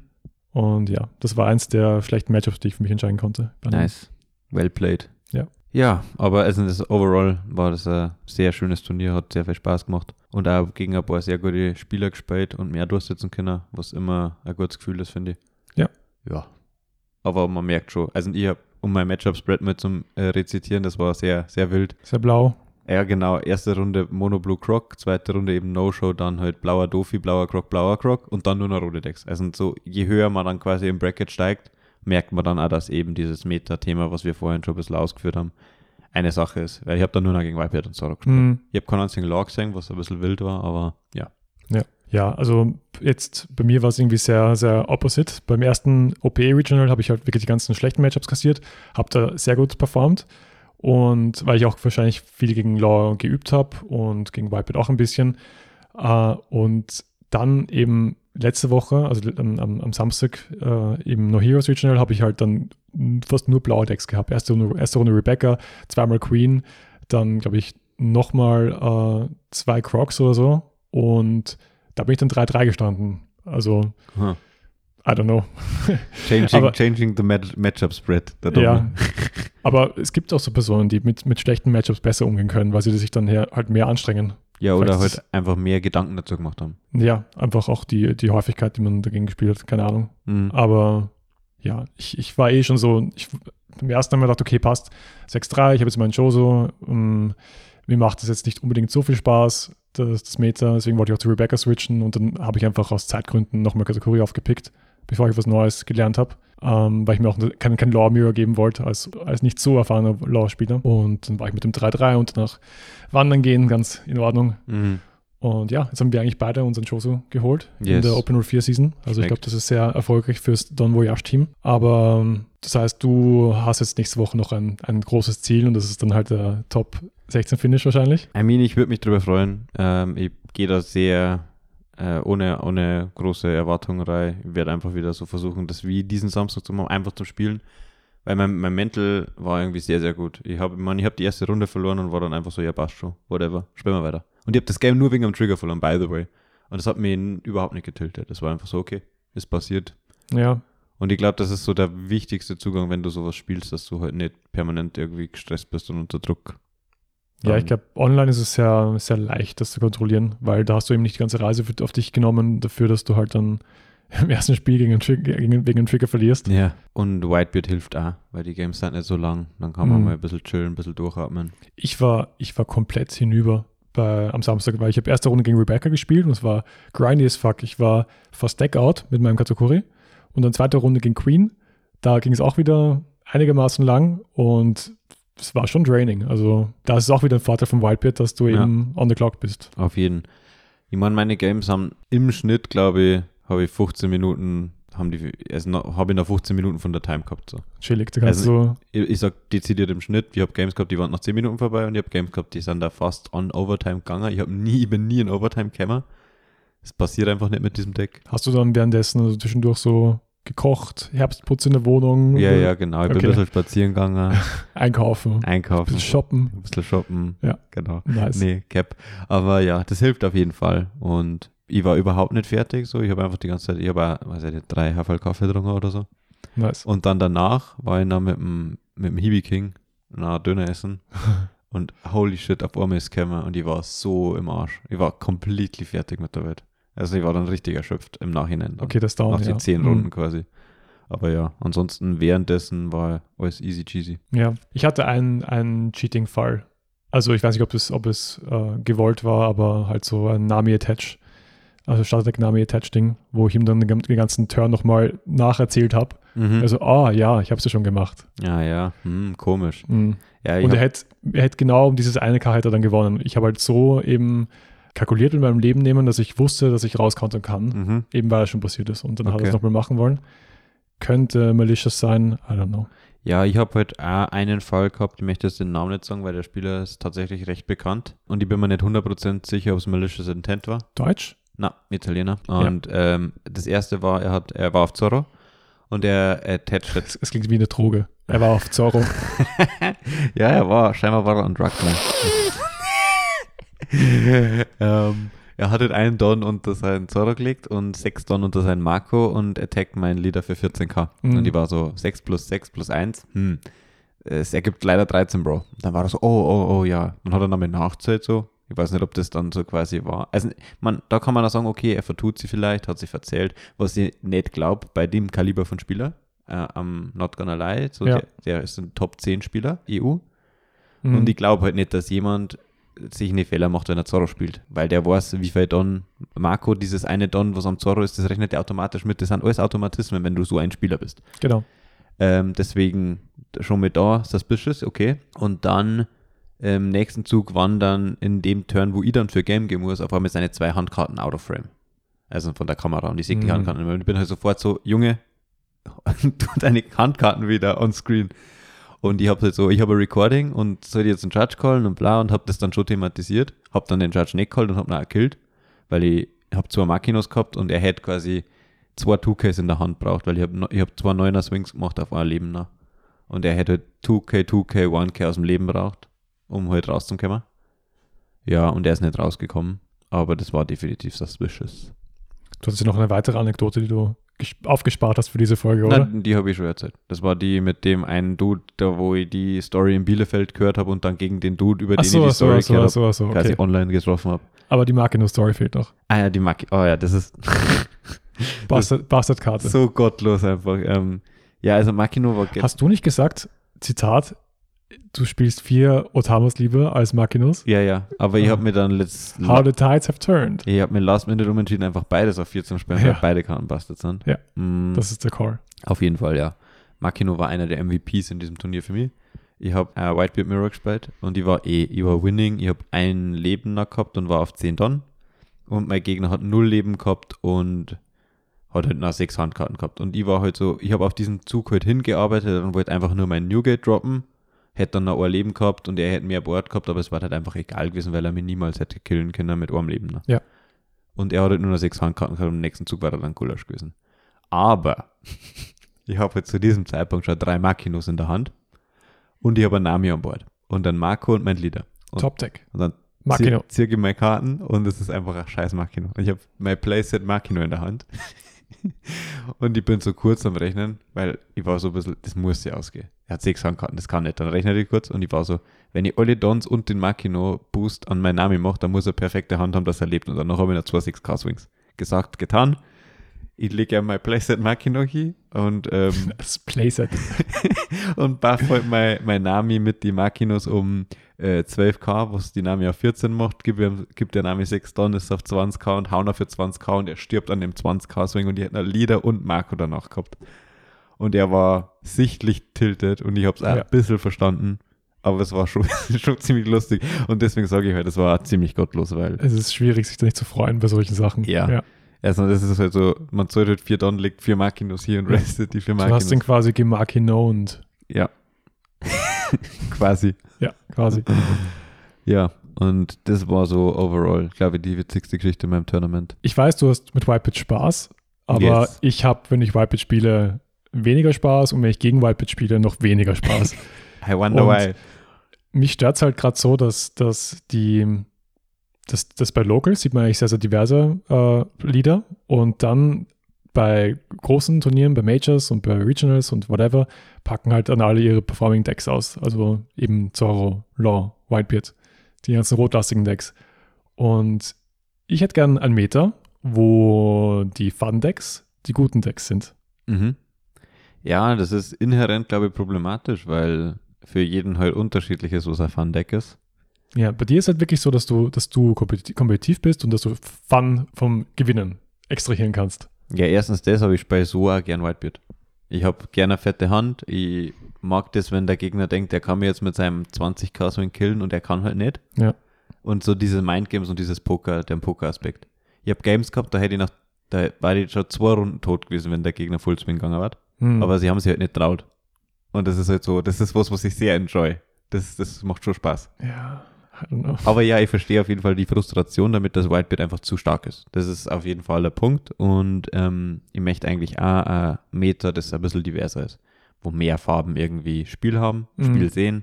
Und ja, das war eins der schlechten Matchups, die ich für mich entscheiden konnte.
Nice. Well played.
Ja.
Ja, aber also das overall war das ein sehr schönes Turnier, hat sehr viel Spaß gemacht und auch gegen ein paar sehr gute Spieler gespielt und mehr durchsetzen können, was immer ein gutes Gefühl ist, finde ich.
Ja.
Ja. Aber man merkt schon, also ich habe um mein Matchup-Spread mal zum äh, Rezitieren, das war sehr, sehr wild.
Sehr blau.
Ja, genau. Erste Runde Mono Blue Croc, zweite Runde eben No-Show, dann halt blauer Dofi, blauer Croc, blauer Croc und dann nur noch rote Decks. Also und so, je höher man dann quasi im Bracket steigt, merkt man dann auch, dass eben dieses Meta-Thema, was wir vorhin schon ein bisschen ausgeführt haben, eine Sache ist. Weil ich habe dann nur noch gegen Whitebeard und Sorrow gespielt.
Mhm.
Ich habe keinen einzigen Law gesehen, was ein bisschen wild war, aber ja.
Ja, also jetzt bei mir war es irgendwie sehr, sehr opposite. Beim ersten OP Regional habe ich halt wirklich die ganzen schlechten Matchups kassiert, habe da sehr gut performt und weil ich auch wahrscheinlich viel gegen Law geübt habe und gegen Whitebeard auch ein bisschen. Äh, und dann eben letzte Woche, also am, am, am Samstag äh, im No Heroes Regional, habe ich halt dann fast nur blaue Decks gehabt. Erste Runde, erste Runde Rebecca, zweimal Queen, dann glaube ich nochmal äh, zwei Crocs oder so und da bin ich dann 3-3 gestanden. Also,
Hm.
I don't know.
Changing,
Aber-
changing the Mat- Matchup-Spread. der
Ja.
Domi.
Aber es gibt auch so Personen, die mit, mit schlechten Matchups besser umgehen können, weil sie sich dann her, halt mehr anstrengen.
ja, oder
Vielleicht-
halt einfach mehr Gedanken dazu gemacht haben.
Ja, einfach auch die, die Häufigkeit, die man dagegen gespielt hat, keine Ahnung.
Mhm.
Aber ja, ich, ich war eh schon so, ich im ersten Mal gedacht, okay, passt, 6-3, ich habe jetzt meinen Choso, ähm, mir macht das jetzt nicht unbedingt so viel Spaß, das, das Meta, deswegen wollte ich auch zu Rebecca switchen und dann habe ich einfach aus Zeitgründen nochmal Katakuri aufgepickt, bevor ich was Neues gelernt habe, ähm, weil ich mir auch ne- keinen kein Law Mirror geben wollte, als, als nicht so erfahrener Law-Spieler. Und dann war ich mit dem 3-3 und danach wandern gehen, ganz in Ordnung.
Mhm.
Und ja, jetzt haben wir eigentlich beide unseren Choso geholt in
Yes.
der Open Road 4 Season. Also ich
Schmeckt.
glaube, das ist sehr erfolgreich fürs Don Voyage Team. Aber ähm, das heißt, du hast jetzt nächste Woche noch ein, ein großes Ziel und das ist dann halt der Top 16 Finish wahrscheinlich.
I mean, ich würde mich darüber freuen. Ähm, ich gehe da sehr äh, ohne, ohne große Erwartungen rein. Ich werde einfach wieder so versuchen, das wie diesen Samstag zu machen, einfach zu spielen. Weil mein, mein Mental war irgendwie sehr, sehr gut. Ich habe ich mein, ich hab die erste Runde verloren und war dann einfach so, ja, passt schon, whatever, spielen wir weiter. Und ich habe das Game nur wegen dem Trigger verloren, by the way. Und das hat mir überhaupt nicht getiltet. Das war einfach so, okay, ist passiert.
Ja,
Und ich glaube, das ist so der wichtigste Zugang, wenn du sowas spielst, dass du halt nicht permanent irgendwie gestresst bist und unter Druck.
ja
Dann-
ich glaube, online ist es sehr, sehr leicht, das zu kontrollieren, weil da hast du eben nicht die ganze Reise für, auf dich genommen, dafür, dass du halt dann <laughs> im ersten Spiel gegen einen, Tri gegen, wegen einem Trigger verlierst.
Ja. Und Whitebeard hilft auch, weil die Games sind nicht so lang. Dann kann man
Mhm.
mal ein bisschen chillen, ein bisschen durchatmen.
Ich war, ich war komplett hinüber bei, am Samstag, weil ich habe erste Runde gegen Rebecca gespielt und es war grindy as fuck. Ich war fast Deckout mit meinem Katakuri und dann zweite Runde gegen Queen. Da ging es auch wieder einigermaßen lang und es war schon draining. Also da ist es auch wieder ein Vorteil von Whitebeard, dass du
Ja.
eben on the clock bist.
Auf jeden. Ich meine, meine Games haben im Schnitt, glaube ich, habe ich 15 Minuten, haben die, also noch- habe ich noch 15 Minuten von der Time gehabt. So.
Chillig. Da kannst du,
Also Ich, ich sag dezidiert im Schnitt, ich habe Games gehabt, die waren nach 10 Minuten vorbei und ich habe Games gehabt, die sind da fast on Overtime gegangen. Ich, hab nie, ich bin nie in Overtime gekommen. Es passiert einfach nicht mit diesem Deck.
hast du dann währenddessen also zwischendurch so gekocht, Herbstputz in der Wohnung,
Ja, ja, genau. Ich
Mhm.
bin
Okay.
ein bisschen
<laughs>
spazieren gegangen,
einkaufen,
einkaufen,
bisschen shoppen.
ein bisschen shoppen.
Ja.
Genau.
Nice.
Nee, Cap. Aber ja, das hilft auf jeden Fall. Und ich war überhaupt nicht fertig. So, ich habe einfach die ganze Zeit, ich habe, auch, weiß ich nicht, drei Haferl Kaffee getrunken oder so.
Nice.
Und dann danach war ich noch mit dem, mit dem Hibi King na Döner
<laughs>
essen. Und holy shit, ab einmal ist gekommen und ich war so im Arsch. Ich war completely fertig mit der Welt. Also ich war dann richtig erschöpft im Nachhinein. Dann.
Okay, das
Nach
dauert ja.
den zehn
Mhm.
Runden quasi. Aber ja, ansonsten währenddessen war alles easy cheesy.
Ja, ich hatte einen, einen Cheating-Fall. Also ich weiß nicht, ob es, ob es äh, gewollt war, aber halt so ein Nami-Attach, also Startdeck Nami-Attach-Ding, wo ich ihm dann den gam- den ganzen Turn nochmal nacherzählt habe.
Mhm.
Also, ah ja, ich habe es ja schon gemacht.
ja, ja, hm, komisch.
Mhm.
Ja, ich
Und er
hab,
hätte, er hätte genau um dieses eine K hätte er dann gewonnen. Ich habe halt so eben kalkuliert in meinem Leben nehmen, dass ich wusste, dass ich rauskontern kann,
mhm.
eben weil es schon passiert ist. Und dann hat er es
Okay.
nochmal machen wollen. Könnte malicious sein, I don't know.
Ja, ich habe heute auch einen Fall gehabt, ich möchte jetzt den Namen nicht sagen, weil der Spieler ist tatsächlich recht bekannt. Und ich bin mir nicht 100% sicher, ob es malicious intent war.
Deutsch?
Na, Italiener. Und ähm, das erste war, er hat, er war auf Zorro und er halt attached.
Es, es klingt wie eine Droge. Er war auf Zorro.
ja, er war, scheinbar war er ne? ein Drugman. <laughs> ähm, er hat halt einen Don unter seinen Zorro gelegt und sechs Don unter seinen Marco und attackt meinen Leader für 14k.
Mhm.
Und die war so 6 plus 6 plus 1. Hm. Es ergibt leider 13, Bro. Dann war er so, oh, oh, oh, ja. Dann hat er nochmal nachgezählt so. Ich weiß nicht, ob das dann so quasi war. Also, man, da kann man auch sagen, okay, er vertut sie vielleicht, hat sie verzählt, was ich nicht glaube, bei dem Kaliber von Spieler, äh, am Not Gonna Lie, so
Ja.
der, der ist ein Top 10 Spieler, E EU.
Mhm.
Und ich glaube halt nicht, dass jemand sich einen Fehler macht, wenn er Zorro spielt. Weil der weiß, wie viel Don Marco, dieses eine Don, was am Zorro ist, das rechnet er automatisch mit. Das sind alles Automatismen, wenn du so ein Spieler bist.
Genau.
Ähm, deswegen schon mit da suspicious, okay. Und dann im nächsten Zug waren dann in dem Turn, wo ich dann für Game gehen muss, auf einmal seine zwei Handkarten out of frame. Also von der Kamera und ich sehe die
Mhm.
Handkarten. Und ich bin halt sofort so, Junge, <laughs> tu deine Handkarten wieder on screen. Und ich habe halt so, ich habe ein Recording und soll ich jetzt einen Judge callen und bla und habe das dann schon thematisiert. Habe dann den Judge nicht called und habe ihn auch gekillt, weil ich habe zwei Makinos gehabt und er hätte quasi zwei 2Ks in der Hand braucht, weil ich habe ich hab zwei Neuner Swings gemacht auf ein Leben noch. Und er hätte 2K, 2K, 1K aus dem Leben braucht, um halt rauszukommen. Ja, und er ist nicht rausgekommen, aber das war definitiv suspicious.
Du hattest ja noch eine weitere Anekdote, die du ges- aufgespart hast für diese Folge, oder?
Nein, die habe ich schon erzählt. Das war die mit dem einen Dude, da wo ich die Story in Bielefeld gehört habe und dann gegen den Dude, über
Ach
den ich
so,
die
ach so,
Story
ach so, ach
gehört habe,
so, ach so,
quasi
okay.
online getroffen habe.
Aber die Marketing-Story fehlt noch.
Ah ja, die Maki. Oh ja, das ist <laughs>
Bastard- Bastard-Karte.
so gottlos einfach. Ähm, ja, also Makino war ge-
hast du nicht gesagt, Zitat, du spielst vier Otamas lieber als Makinos?
Ja, ja, aber ich habe mir dann letzt,
How the tides have turned.
Ich habe mir last minute umentschieden, einfach beides auf 4 zu spielen, weil
Ja.
beide Karten bastard sind.
Ja.
Mm,
Das ist der Call.
auf jeden Fall, ja. Makino war einer der MVPs in diesem Turnier für mich. Ich habe äh, Whitebeard Mirror gespielt und ich war eh, ich war winning. Ich habe ein Leben noch gehabt und war auf 10 Don. Und mein Gegner hat null Leben gehabt und hat halt noch sechs Handkarten gehabt. Und ich war halt so, ich habe auf diesen Zug halt hingearbeitet und wollte einfach nur mein Newgate droppen. Hätte dann noch ein Leben gehabt und er hätte mehr Board gehabt, aber es war halt einfach egal gewesen, weil er mich niemals hätte killen können mit einem Leben. Noch.
Ja.
Und er hat halt nur noch sechs Handkarten gehabt und im nächsten Zug war er dann Gulasch gewesen. Aber ich habe jetzt zu diesem Zeitpunkt schon drei Makinos in der Hand und ich habe einen Nami an Bord und dann Marco und mein Leader. Und,
Top Deck.
und dann
Makino.
zier- zirke ich meine Karten und es ist einfach ein scheiß Makino. Und ich habe mein Playset Makino in der Hand <laughs> und ich bin so kurz am Rechnen, weil ich war so ein bisschen, das muss ja ausgehen. Er hat sechs Handkarten, das kann nicht. Dann rechne ich kurz und ich war so, wenn ich alle Dons und den Makino Boost an meinen Namen mache, dann muss er perfekte Hand haben, dass er lebt. Und danach habe ich noch zwei 6K Swings. Gesagt, getan. ich lege ja mein Playset Makinochi und, ähm,
Das Playset.
und buff halt mein, mein Nami mit die Makinos um äh, 12k, was die Nami auf 14 macht, gibt, ihm- gibt der Nami 6 Tonnen, ist auf 20k und Hauner für 20k und er stirbt an dem 20k-Swing und die hätten Lieder und Marco danach gehabt. Und er war sichtlich tiltet und ich habe es auch
Ja.
ein bisschen verstanden, aber es war schon, <laughs> schon ziemlich lustig und deswegen sage ich halt, es war ziemlich gottlos, weil
Es ist schwierig, sich da nicht zu freuen bei solchen Sachen.
Ja. erstmal das ist halt so, man zählt halt vier Tonnen, legt vier Makinos hier und <laughs>
Ja.
restet die vier
Du hast ihn
Makinos.
quasi gemarkinoned.
Ja. Quasi.
Ja,
<laughs>
quasi.
Ja, und das war so overall, glaube ich, die witzigste Geschichte in meinem Tournament.
Ich weiß, du hast mit Whitepitch Spaß, aber
Yes.
ich habe, wenn ich Whitepitch spiele, weniger Spaß und wenn ich gegen Whitepitch spiele, noch weniger Spaß.
I wonder
Und-
why.
Mich stört es halt gerade so, dass, dass die, dass, dass bei Locals sieht man eigentlich sehr, sehr diverse äh, Lieder und dann bei großen Turnieren, bei Majors und bei Regionals und whatever, packen halt dann alle ihre Performing Decks aus. Also eben Zorro, Law, Whitebeard, die ganzen rotlastigen Decks. Und ich hätte gern einen Meter, wo die Fun-Decks die guten Decks sind.
Mhm. Ja, das ist inhärent, glaube ich, problematisch, weil für jeden halt unterschiedlich ist, was ein Fun-Deck ist.
Ja, bei dir ist halt wirklich so, dass du, dass du kompeti- kompetitiv bist und dass du Fun vom Gewinnen extrahieren kannst.
Ja, erstens das habe ich bei Soa gern Whitebeard. Ich habe gerne eine fette Hand. Ich mag das, wenn der Gegner denkt, der kann mir jetzt mit seinem 20k so killen und er kann halt nicht.
Ja.
Und so diese Mindgames und dieses Poker, den Poker-Aspekt. Ich habe Games gehabt, da hätte ich nach, da war ich schon zwei Runden tot gewesen, wenn der Gegner Fullswing gegangen war.
Hm.
aber sie haben sich halt nicht traut. Und das ist halt so, das ist was, was ich sehr enjoy. Das, das macht schon Spaß.
ja, I don't know.
Aber ja, ich verstehe auf jeden Fall die Frustration damit, dass Whitebeard einfach zu stark ist. Das ist auf jeden Fall der Punkt. Und ähm, ich möchte eigentlich auch ein Meta, das ein bisschen diverser ist, wo mehr Farben irgendwie Spiel haben,
Mhm.
Spiel sehen.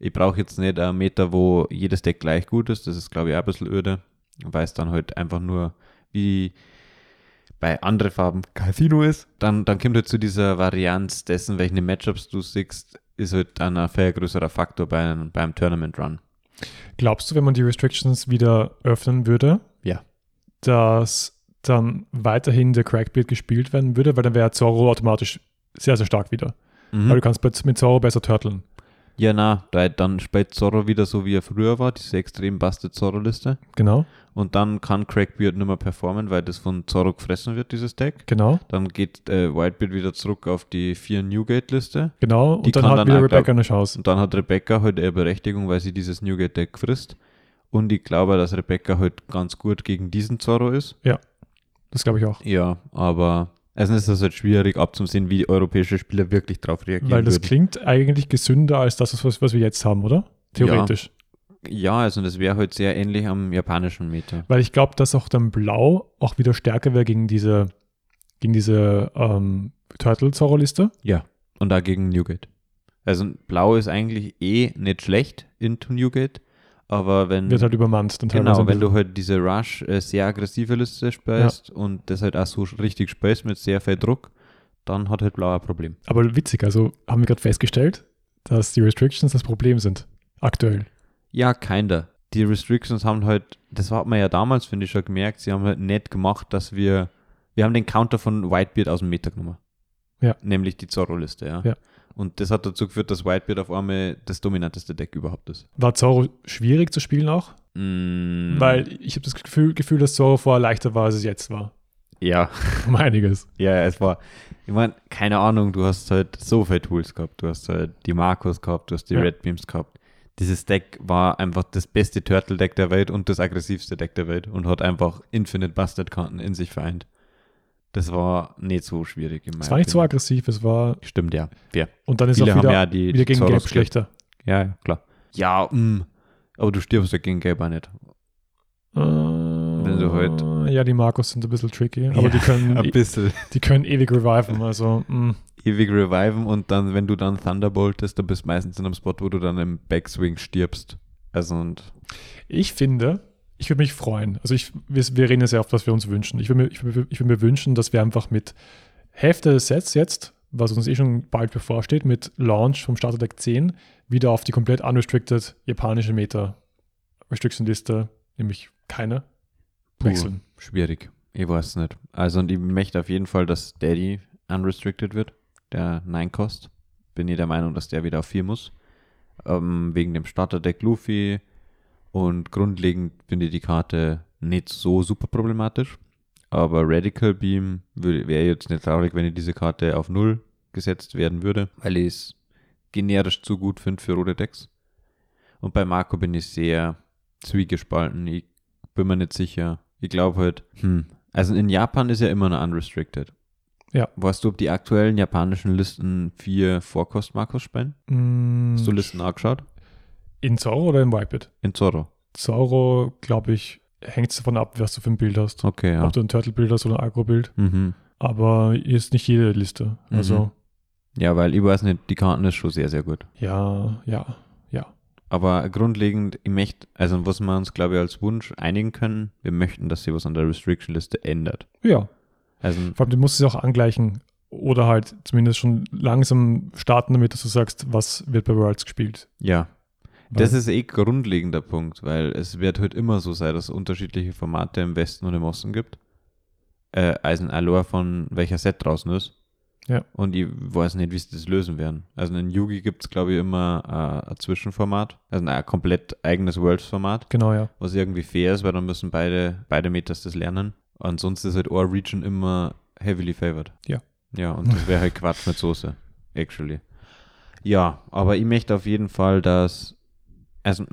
Ich brauche jetzt nicht ein Meta, wo jedes Deck gleich gut ist. Das ist, glaube ich, auch ein bisschen öde. Weil es dann halt einfach nur wie bei anderen Farben Casino ist. Dann, dann kommt halt zu dieser Varianz dessen, welche Matchups du siehst, ist halt dann ein viel größerer Faktor bei einem, beim Tournament Run.
Glaubst du, wenn man die Restrictions wieder öffnen würde,
Ja.
dass dann weiterhin der Crackbeard gespielt werden würde, weil dann wäre Zorro automatisch sehr, sehr stark wieder.
Mhm.
Weil du kannst bei- mit Zorro besser turteln.
Ja, na, da- dann spielt Zorro wieder so, wie er früher war, diese extrem bastet Zorro-Liste.
Genau,
Und dann kann Crackbeard nicht mehr performen, weil das von Zorro gefressen wird, dieses Deck.
genau,
Dann geht äh, Whitebeard wieder zurück auf die 4 Newgate-Liste.
genau.
Die
Und dann
kann
hat
dann halt auch,
wieder
glaub-
Rebecca eine Chance.
Und dann hat Rebecca halt ihre Berechtigung, weil sie dieses Newgate-Deck frisst. Und ich glaube, dass Rebecca halt ganz gut gegen diesen Zorro ist.
Das glaube ich auch.
Ja, aber erstens ist das halt schwierig abzusehen, wie europäische Spieler wirklich drauf reagieren.
Weil das
würden.
klingt eigentlich gesünder als das, was, was wir jetzt haben, oder? Theoretisch.
Ja, also das wäre halt sehr ähnlich am japanischen Meta.
Weil ich glaube, dass auch dann Blau auch wieder stärker wäre gegen diese, gegen diese ähm, Turtle-Zorro-Liste.
Und da gegen Newgate. Also Blau ist eigentlich eh nicht schlecht in Newgate, aber wenn
Wird halt übermannt. Dann teilweise.
Mhm. genau, wenn du halt diese Rush äh, sehr aggressive Liste spielst und das halt auch so richtig spielst mit sehr viel Druck, dann hat halt Blau ein Problem.
Aber witzig, also haben wir gerade festgestellt, dass die Restrictions das Problem sind. Aktuell.
Ja, keiner. Die Restrictions haben halt, das hat man ja damals, finde ich, schon gemerkt, sie haben halt nicht gemacht, dass wir, wir haben den Counter von Whitebeard aus dem Meta genommen.
Ja.
Nämlich die Zorro-Liste, ja.
Ja.
Und das hat dazu geführt, dass Whitebeard auf einmal das dominanteste Deck überhaupt ist.
War Zorro schwierig zu spielen auch?
Mm,
Weil ich habe das Gefühl, Gefühl, dass Zorro vorher leichter war, als es jetzt war. <laughs>
Ja,
Um einiges.
ja, es war. Ich meine, keine Ahnung, du hast halt so viele Tools gehabt. Du hast halt die Markus gehabt, du hast die
Ja.
Red Beams gehabt. Dieses Deck war einfach das beste Turtle-Deck der Welt und das aggressivste Deck der Welt und hat einfach Infinite Bastard-Karten in sich vereint. Das war nicht so schwierig im
Es war nicht so aggressiv, es war.
Stimmt, ja. ja.
Und dann ist
Viele
auch
haben
wieder,
ja die
wieder gegen
Zorros
Gelb
ge-
schlechter.
Ja, ja, klar. Ja, mm. aber du stirbst ja gegen Gelb auch nicht.
Wenn
du halt-
Ah, Ja, die Markus sind ein bisschen tricky, aber
Ja,
die,
<laughs> Ein
können,
bisschen.
die können ewig reviven. Also, mh.
ewig reviven und dann, wenn du dann Thunderboltest, dann bist du meistens in einem Spot, wo du dann im Backswing stirbst. Also und
Ich finde, ich würde mich freuen. Also ich, wir, wir reden ja sehr oft, was wir uns wünschen. Ich würde mir, ich würd, mir- ich würd mir wünschen, dass wir einfach mit Hälfte des Sets jetzt, was uns eh schon bald bevorsteht, mit Launch vom Starter Deck 10 wieder auf die komplett unrestricted japanische Meta Restriction Liste, nämlich keine,
Puh.
wechseln.
schwierig. Ich weiß nicht. Also, und ich möchte auf jeden Fall, dass Daddy unrestricted wird, der 9 kost. Bin ich der Meinung, dass der wieder auf 4 muss. Ähm, wegen dem Starterdeck Luffy. Und grundlegend finde ich die Karte nicht so super problematisch. Aber Radical Beam wäre jetzt nicht traurig, wenn ich diese Karte auf 0 gesetzt werden würde, weil ich es generisch zu gut finde für rote Decks. Und bei Marco bin ich sehr zwiegespalten. Ich bin mir nicht sicher. Ich glaube halt, hm. Also in Japan ist ja immer noch unrestricted.
Ja.
Weißt du, ob die aktuellen japanischen Listen vier Vorkost-Markos spielen?
Mm,
Hast du Listen angeschaut?
in Zorro oder in Whitebeard?
In Zorro.
Zorro, glaube ich, hängt es davon ab, was du für ein Bild hast.
Okay, ja.
Ob du ein Turtle-Bild hast oder ein Agro-Bild.
Mhm.
Aber hier ist nicht jede Liste. Also,
Mhm. Ja, weil ich weiß nicht, die Karten ist schon sehr, sehr gut.
ja, ja.
Aber grundlegend, ich möchte, also was wir uns, glaube ich, als Wunsch einigen können, wir möchten, dass sie was an der Restriction-Liste ändert.
Ja.
Also,
Vor allem, du musst es auch angleichen. Oder halt zumindest schon langsam starten, damit dass du sagst, was wird bei Worlds gespielt.
ja,
Weil-
Das ist eh grundlegender Punkt, weil es wird heute immer so sein, dass es unterschiedliche Formate im Westen und im Osten gibt. Äh, Eisen Alor von welcher Set draußen ist.
Ja.
Und ich weiß nicht, wie sie das lösen werden. Also in Yugi gibt es, glaube ich, immer äh, ein Zwischenformat, also ein komplett eigenes Worlds-Format,
Genau, ja.
was irgendwie fair ist, weil dann müssen beide, beide Metas das lernen. Ansonsten ist halt Our Region immer heavily favored.
Ja.
Ja, und das wäre
<laughs>
halt Quatsch mit Soße, actually. Ja, aber ich möchte auf jeden Fall, dass. Also,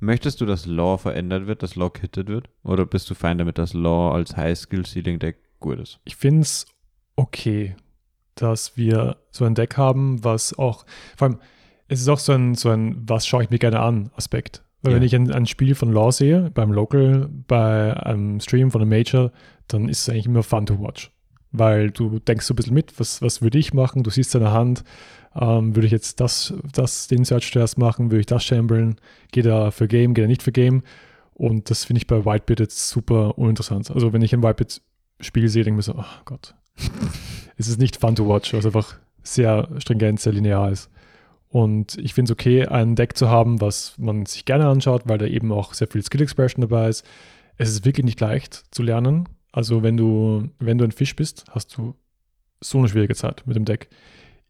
möchtest du, dass Law verändert wird, dass Law kittet wird? Oder bist du fein damit, dass Law als High-Skill-Ceiling-Deck gut ist?
ich finde es okay, dass wir so ein Deck haben, was auch, vor allem, es ist auch so ein, so ein was schaue ich mir gerne an Aspekt. Weil
Ja.
wenn ich ein, ein Spiel von Law sehe, beim Local, bei einem Stream von einem Major, dann ist es eigentlich immer fun to watch. Weil du denkst so ein bisschen mit, was, was würde ich machen? Du siehst deine Hand, ähm, würde ich jetzt das, das, den Search zuerst machen, würde ich das chambern, geht er für Game, geht er nicht für Game. Und das finde ich bei Whitebeard jetzt super uninteressant. Also wenn ich ein Whitebeard Spiel sehe, denke ich mir so, ach oh Gott. es ist nicht fun to watch, was einfach sehr stringent, sehr linear ist. Und ich finde es okay, ein Deck zu haben, was man sich gerne anschaut, weil da eben auch sehr viel Skill Expression dabei ist. Es ist wirklich nicht leicht zu lernen. Also wenn du, wenn du ein Fisch bist, hast du so eine schwierige Zeit mit dem Deck.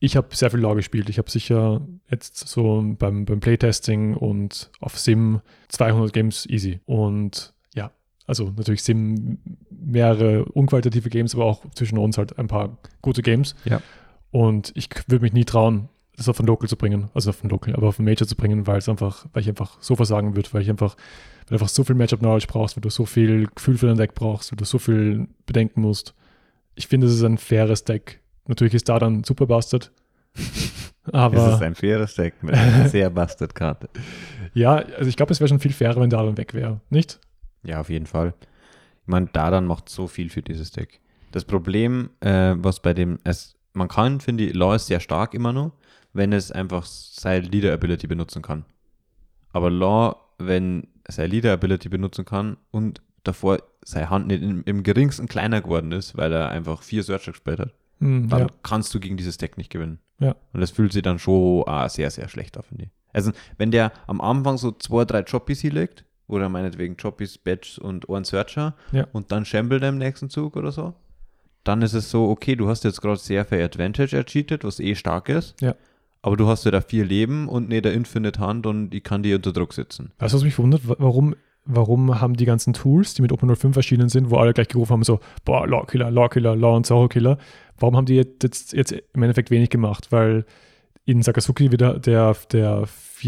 Ich habe sehr viel Law gespielt. Ich habe sicher jetzt so beim, beim Playtesting und auf Sim 200 Games easy. Und ja, also natürlich Sim mehrere unqualitative Games, aber auch zwischen uns halt ein paar gute Games.
Ja.
Und ich würde mich nie trauen, das auf ein Local zu bringen, also auf ein Local, aber auf ein Major zu bringen, weil es einfach, weil ich einfach so versagen würde, weil ich einfach, weil du einfach so viel Matchup-Knowledge brauchst, weil du so viel Gefühl für dein Deck brauchst, weil du so viel bedenken musst. Ich finde, es ist ein faires Deck. Natürlich ist da dann Super Bastard, aber
ein faires Deck
<laughs>
mit einer sehr Bastard-Karte.
ja, also ich glaube, es wäre schon viel fairer, wenn da dann weg wäre, nicht?
Ja, auf jeden Fall. Ich meine, Dadan macht so viel für dieses Deck. Das Problem, äh, was bei dem, es, man kann, finde ich, Law ist sehr stark immer noch, wenn es einfach seine Leader Ability benutzen kann. Aber Law, wenn seine Leader Ability benutzen kann und davor seine Hand nicht im, im geringsten kleiner geworden ist, weil er einfach vier Searcher gespielt hat,
Hm,
dann
ja.
kannst du gegen dieses Deck nicht gewinnen.
Ja.
Und das fühlt sich dann schon ah, sehr, sehr schlecht an, finde ich. Also, wenn der am Anfang so zwei, drei Choppies hier legt, oder meinetwegen Choppies, Batch und Ohren Searcher,
Ja.
und dann Shambled im nächsten Zug oder so, dann ist es so, okay, du hast jetzt gerade sehr viel Advantage ercheatet, was eh stark ist,
Ja.
aber du hast ja da vier Leben und nee, der Infinite Hand und ich kann die unter Druck setzen.
Weißt du, was mich wundert? Wa- Warum, warum haben die ganzen Tools, die mit Open05 erschienen sind, wo alle gleich gerufen haben, so, boah, Law-Killer, Law-Killer, Law- und Zorro-Killer, warum haben die jetzt, jetzt, jetzt im Endeffekt wenig gemacht? Weil in Sakazuki wieder der, der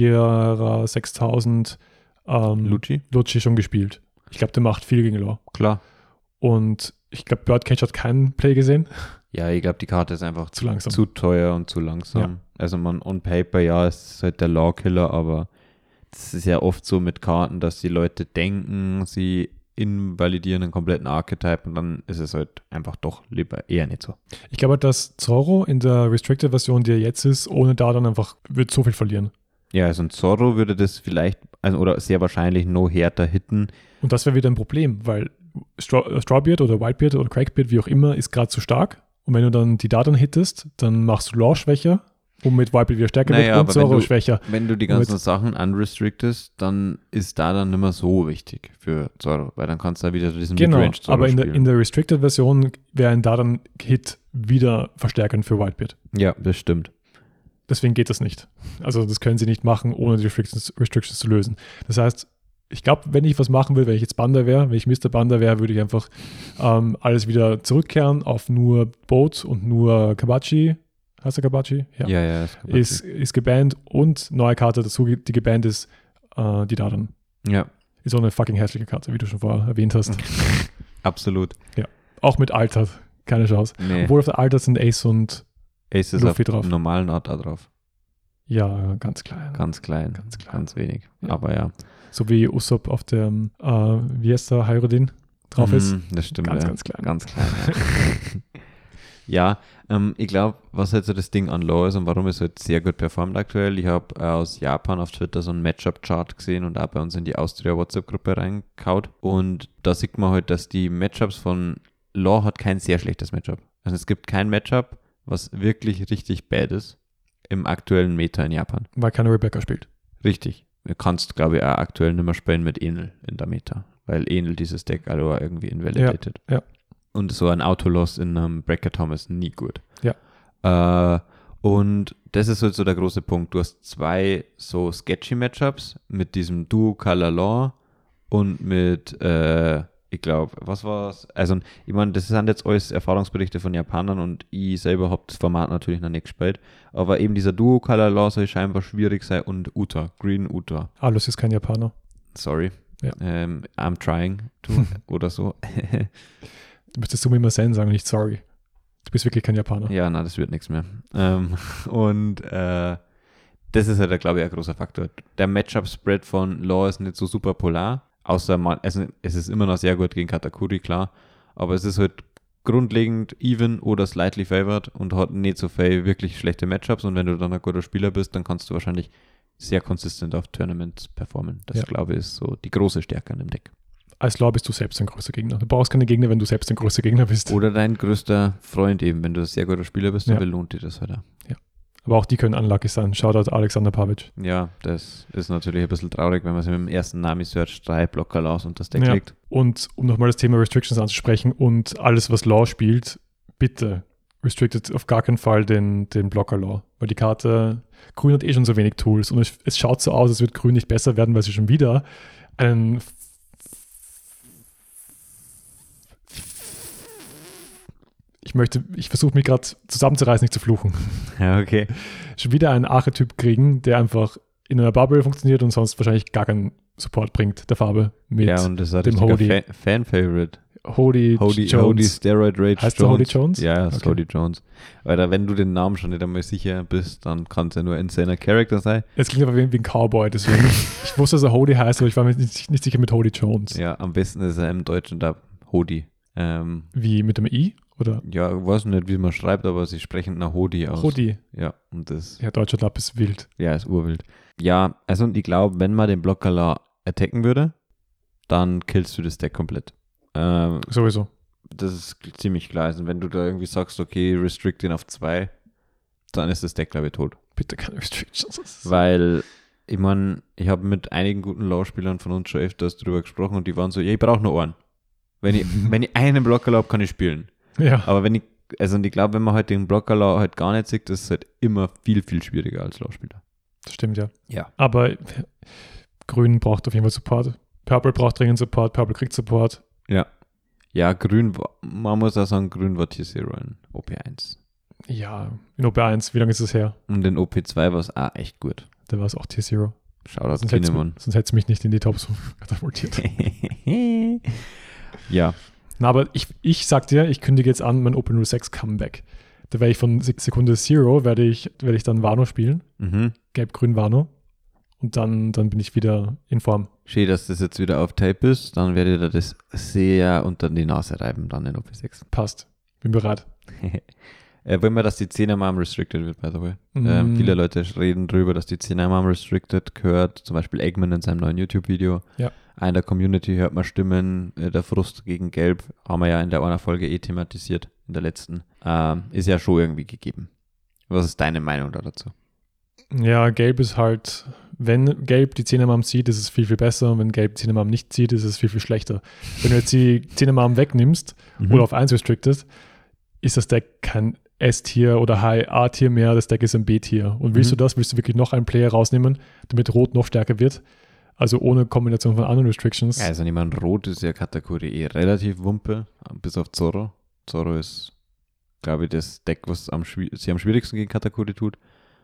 4er 6000 ähm,
Lucci?
Lucci schon gespielt. Ich glaube, der macht viel gegen Law.
Klar.
Und ich glaube, Birdcage hat keinen Play gesehen. <laughs>
Ja, ich glaube, die Karte ist einfach
Zu langsam.
zu teuer und zu langsam.
Ja.
Also man on paper, ja, es ist halt der Lawkiller, aber das ist ja oft so mit Karten, dass die Leute denken, sie invalidieren einen kompletten Archetype und dann ist es halt einfach doch lieber eher nicht so.
Ich glaube, dass Zorro in der Restricted-Version, die er jetzt ist, ohne da dann einfach, wird so viel verlieren.
Ja, also ein Zorro würde das vielleicht, also oder sehr wahrscheinlich no härter hitten.
Und das wäre wieder ein Problem, weil Straw Strawbeard oder Whitebeard oder Crackbeard, wie auch immer, ist gerade zu stark. Und wenn du dann die Daten hittest, dann machst du Law schwächer um mit Wipe wieder stärker wird
Naja,
und
aber wenn
Zoro
du-
schwächer.
Wenn du die
Und mit-
ganzen Sachen unrestrictest, dann ist da dann nicht mehr so wichtig für Zoro, weil dann kannst du da wieder diesen
Genau,
Midrange Zoro
aber in der,
spielen.
in der Restricted-Version wäre ein daran Hit wieder verstärkend für Whitebeard.
ja, das stimmt.
Deswegen geht das nicht. Also das können sie nicht machen, ohne die Restrictions, Restrictions zu lösen. Das heißt, ich glaube, wenn ich was machen will, wenn ich jetzt Banda wäre, wenn ich Mr. Banda wäre, würde ich einfach ähm, alles wieder zurückkehren auf nur Boat und nur Kabachi. Heißt er Kabachi?
Ja, ja, das kann man
Ist,
sehen.
ist gebannt und neue Karte dazu, die gebannt ist, äh, die Daran. <laughs>
ja,
Ist auch eine fucking hässliche Karte, wie du schon vorher erwähnt hast.
Mhm. absolut.
Auch mit Alter, keine Chance.
Nee,
Obwohl auf der Alter sind Ace und
Ace ist auf
Luffy drauf.
dem normalen Art da drauf.
ja, ganz klein.
Ganz klein, ganz,
Ganz klein.
wenig.
Ja.
Aber ja.
So wie Usopp auf der, ähm, äh, wie heißt der, Hayrodin drauf ist.
Mhm, Das stimmt,
Ganz,
ja.
ganz klein.
Ganz klein. Ja, <laughs> ja ähm, ich glaube, was halt so das Ding an Law ist und warum es halt sehr gut performt aktuell. Ich habe äh, aus Japan auf Twitter so einen Matchup-Chart gesehen und auch bei uns in die Austria-WhatsApp-Gruppe reingehaut. Und da sieht man halt, dass die Matchups von Law hat kein sehr schlechtes Matchup. Also es gibt kein Matchup, was wirklich richtig bad ist im aktuellen Meta in Japan.
Weil keine Rebecca spielt.
Richtig. Du kannst, glaube ich, auch aktuell nicht mehr spielen mit Enel in der Meta, weil Enel dieses Deck also auch irgendwie invalidated.
Ja, ja.
Und so ein Autoloss in einem Bracket Home ist nie gut.
Ja.
Äh, und das ist halt so der große Punkt. Du hast zwei so sketchy Matchups mit diesem Duo Color Law und mit, äh, ich glaube, was war's? Also, ich meine, das sind jetzt alles Erfahrungsberichte von Japanern und ich selber habe das Format natürlich noch nicht gespielt. Aber eben dieser Duo Color Law soll scheinbar schwierig sein und Uta, Green Uta.
Alus Ah, ist kein Japaner.
Sorry.
Ja.
Ähm, I'm trying to oder so.
Du müsstest du mir immer Sen sagen, nicht sorry. Du bist wirklich kein Japaner.
ja, na, das wird nichts mehr. Ähm, <laughs> und äh, das ist halt, glaube ich, ein großer Faktor. Der Matchup-Spread von Law ist nicht so super polar, außer man, es, es ist immer noch sehr gut gegen Katakuri, klar, aber es ist halt grundlegend even oder slightly favored und hat nicht so viel wirklich schlechte Matchups und wenn du dann ein guter Spieler bist, dann kannst du wahrscheinlich sehr konsistent auf Tournaments performen. Das,
Ja.
glaube ich, ist so die große Stärke an dem Deck.
Als Law bist du selbst ein größter Gegner. Du brauchst keine Gegner, wenn du selbst ein größter Gegner bist.
Oder dein größter Freund eben, wenn du ein sehr guter Spieler bist, dann
Ja.
belohnt dir das halt auch.
Aber auch die können unlucky sein. Shoutout Alexander Pavic.
Ja, das ist natürlich ein bisschen traurig, wenn man sich mit dem ersten Nami-Search drei Blocker laus und das Deck
Ja.
legt.
Und um nochmal das Thema Restrictions anzusprechen und alles, was Law spielt, bitte restricted auf gar keinen Fall den, den Blocker Law. Weil die Karte, Grün hat eh schon so wenig Tools und es, es schaut so aus, als wird Grün nicht besser werden, weil sie schon wieder einen Ich möchte, ich versuche mich gerade zusammenzureißen, nicht zu fluchen.
<laughs> Ja, okay.
Schon wieder einen Archetyp kriegen, der einfach in einer Bubble funktioniert und sonst wahrscheinlich gar keinen Support bringt, der Farbe. Mit
ja, und das ist ein
dem
richtiger Fa- Fan-Favorite.
Holy,
Hody,
Jones.
Hody Steroid Rage
Heißt der
Jones.
Hody Jones?
Ja, okay.
Okay.
Hody Jones. Alter, wenn du den Namen schon nicht einmal sicher bist, dann kann es ja nur ein insaner Charakter sein.
Es klingt aber wie wie ein Cowboy,
<laughs>
deswegen. ich wusste, dass er Hody heißt, aber ich war mir nicht, nicht sicher mit Hody Jones.
Ja, am besten ist er im Deutschen da Hody. Ähm,
Wie mit dem I? Oder
ja, ich weiß nicht, wie man schreibt, aber sie sprechen nach Hody aus.
Hody?
Ja, und das
Ja, deutscher Lapp ist wild.
Ja, ist urwild. Ja, also und ich glaube, wenn man den Blockcaller attacken würde, dann killst du das Deck komplett. Ähm,
Sowieso.
das ist ziemlich klar. Also wenn du da irgendwie sagst, okay, restrict ihn auf zwei, dann ist das Deck, glaube ich, tot.
Bitte keine Restrictions.
Weil, ich meine, ich habe mit einigen guten Law-Spielern von uns schon öfters drüber gesprochen und die waren so, ja, ich brauche nur einen. Wenn ich, wenn ich einen Blockcaller habe, kann ich spielen.
Ja,
Aber wenn ich, also und ich glaube, wenn man halt den Blockcaller halt gar nicht sieht, das ist halt immer viel, viel schwieriger als Law-Spieler.
das stimmt ja.
Ja.
Aber äh, Grün braucht auf jeden Fall Support. Purple braucht dringend Support. Purple kriegt Support.
Ja, grün, wa- man muss auch sagen, grün war hier Zero in OP1.
Ja, in OP1, wie lange ist es her?
Und in OP2 war es auch echt gut.
Da war es auch Tier Zero.
Shoutout
Sonst hätte
Kinemann.
es sonst hätt's mich nicht in die Tops <laughs> katapultiert.
<laughs> ja,
Na, aber ich, ich sag dir, ich kündige jetzt an, mein Open Rule 6 Comeback. Da werde ich von Sek- Sekunde Zero, werde ich, werde ich dann Wano spielen.
mhm.
Gelb-Grün Wano. Und dann, dann bin ich wieder in Form.
Schön, dass das jetzt wieder auf Tape ist. Dann werdet ihr das sehr unter die Nase reiben, dann in OP6.
Passt. Bin bereit.
Äh, wollen wir, dass die 10er Mom restricted wird, by the way. Ähm,
Mm.
viele Leute reden drüber, dass die 10er Mom restricted gehört. Zum Beispiel Eggman in seinem neuen YouTube-Video.
Ja.
Auch In der Community hört man Stimmen. Äh, der Frust gegen Gelb haben wir ja in der einer Folge eh thematisiert, in der letzten. Ähm, ist ja schon irgendwie gegeben. Was ist deine Meinung da dazu?
Ja, gelb ist halt, wenn gelb die Zehnermarm zieht, ist es viel, viel besser. Und wenn gelb die Zehnermarm nicht zieht, ist es viel, viel schlechter. Wenn du jetzt die Zehnermarm wegnimmst
Mhm.
oder auf 1 restricted, ist das Deck kein S-Tier oder High-A-Tier mehr, das Deck ist ein B-Tier. Und willst
Mhm.
du das, willst du wirklich noch einen Player rausnehmen, damit Rot noch stärker wird? Also ohne Kombination von anderen Restrictions.
Ja, also niemand rot ist ja Kategorie E relativ wumpe, bis auf Zorro. Zorro ist, glaube ich, das Deck, was am, schwi- sie am schwierigsten gegen Kategorie tut.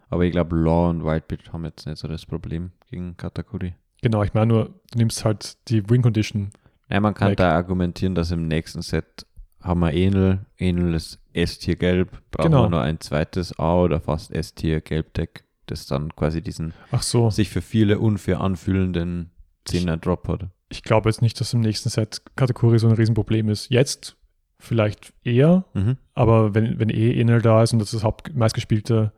Aber ich glaube, Law und Wildbeat haben jetzt nicht so das Problem gegen Kategorie.
Genau, ich meine nur, du nimmst halt die Win-Condition.
Ja, man kann
Weg.
da argumentieren, dass im nächsten Set haben wir Enel. Enel ist S-Tier gelb. Brauchen
Genau.
wir noch ein zweites A oder fast S-Tier gelb Deck, das dann quasi diesen
Ach so,
sich für viele unfair anfühlenden 10er Drop hat.
ich glaube jetzt nicht, dass im nächsten Set Kategorie so ein Riesenproblem ist. Jetzt vielleicht eher,
Mhm.
aber wenn, wenn eh Enel da ist und das das Haupt meistgespielte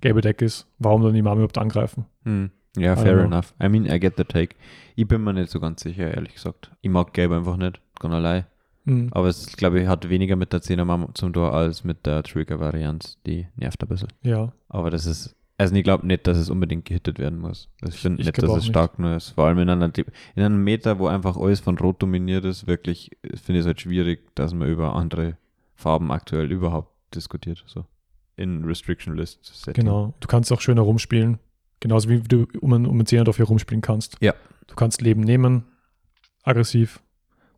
gelbe Deck ist, warum dann die Mami überhaupt angreifen?
Hm. Ja,
I
fair
don't know.
enough. I mean, I get the take. Ich bin mir nicht so ganz sicher, ehrlich gesagt. Ich mag Gelb einfach nicht, gonna lie.
Mhm.
Aber es, glaube ich, hat weniger mit der 10er Mam zum Tor als mit der Trigger-Varianz. Die nervt ein bisschen.
Ja,
Aber das ist, also ich glaube nicht, dass es unbedingt gehittet werden muss. Ich finde
ich
nicht,
glaub
dass
auch
es
nicht.
stark nur ist. Vor allem in, einer, De- in einem Meta, wo einfach alles von Rot dominiert ist, wirklich finde ich es halt schwierig, dass man über andere Farben aktuell überhaupt diskutiert. So. In Restriction List Setting.
genau. Du kannst auch schön herumspielen. Genauso wie du um einen, um einen Zehnerdorf hier rumspielen kannst.
Ja.
Du kannst Leben nehmen, aggressiv.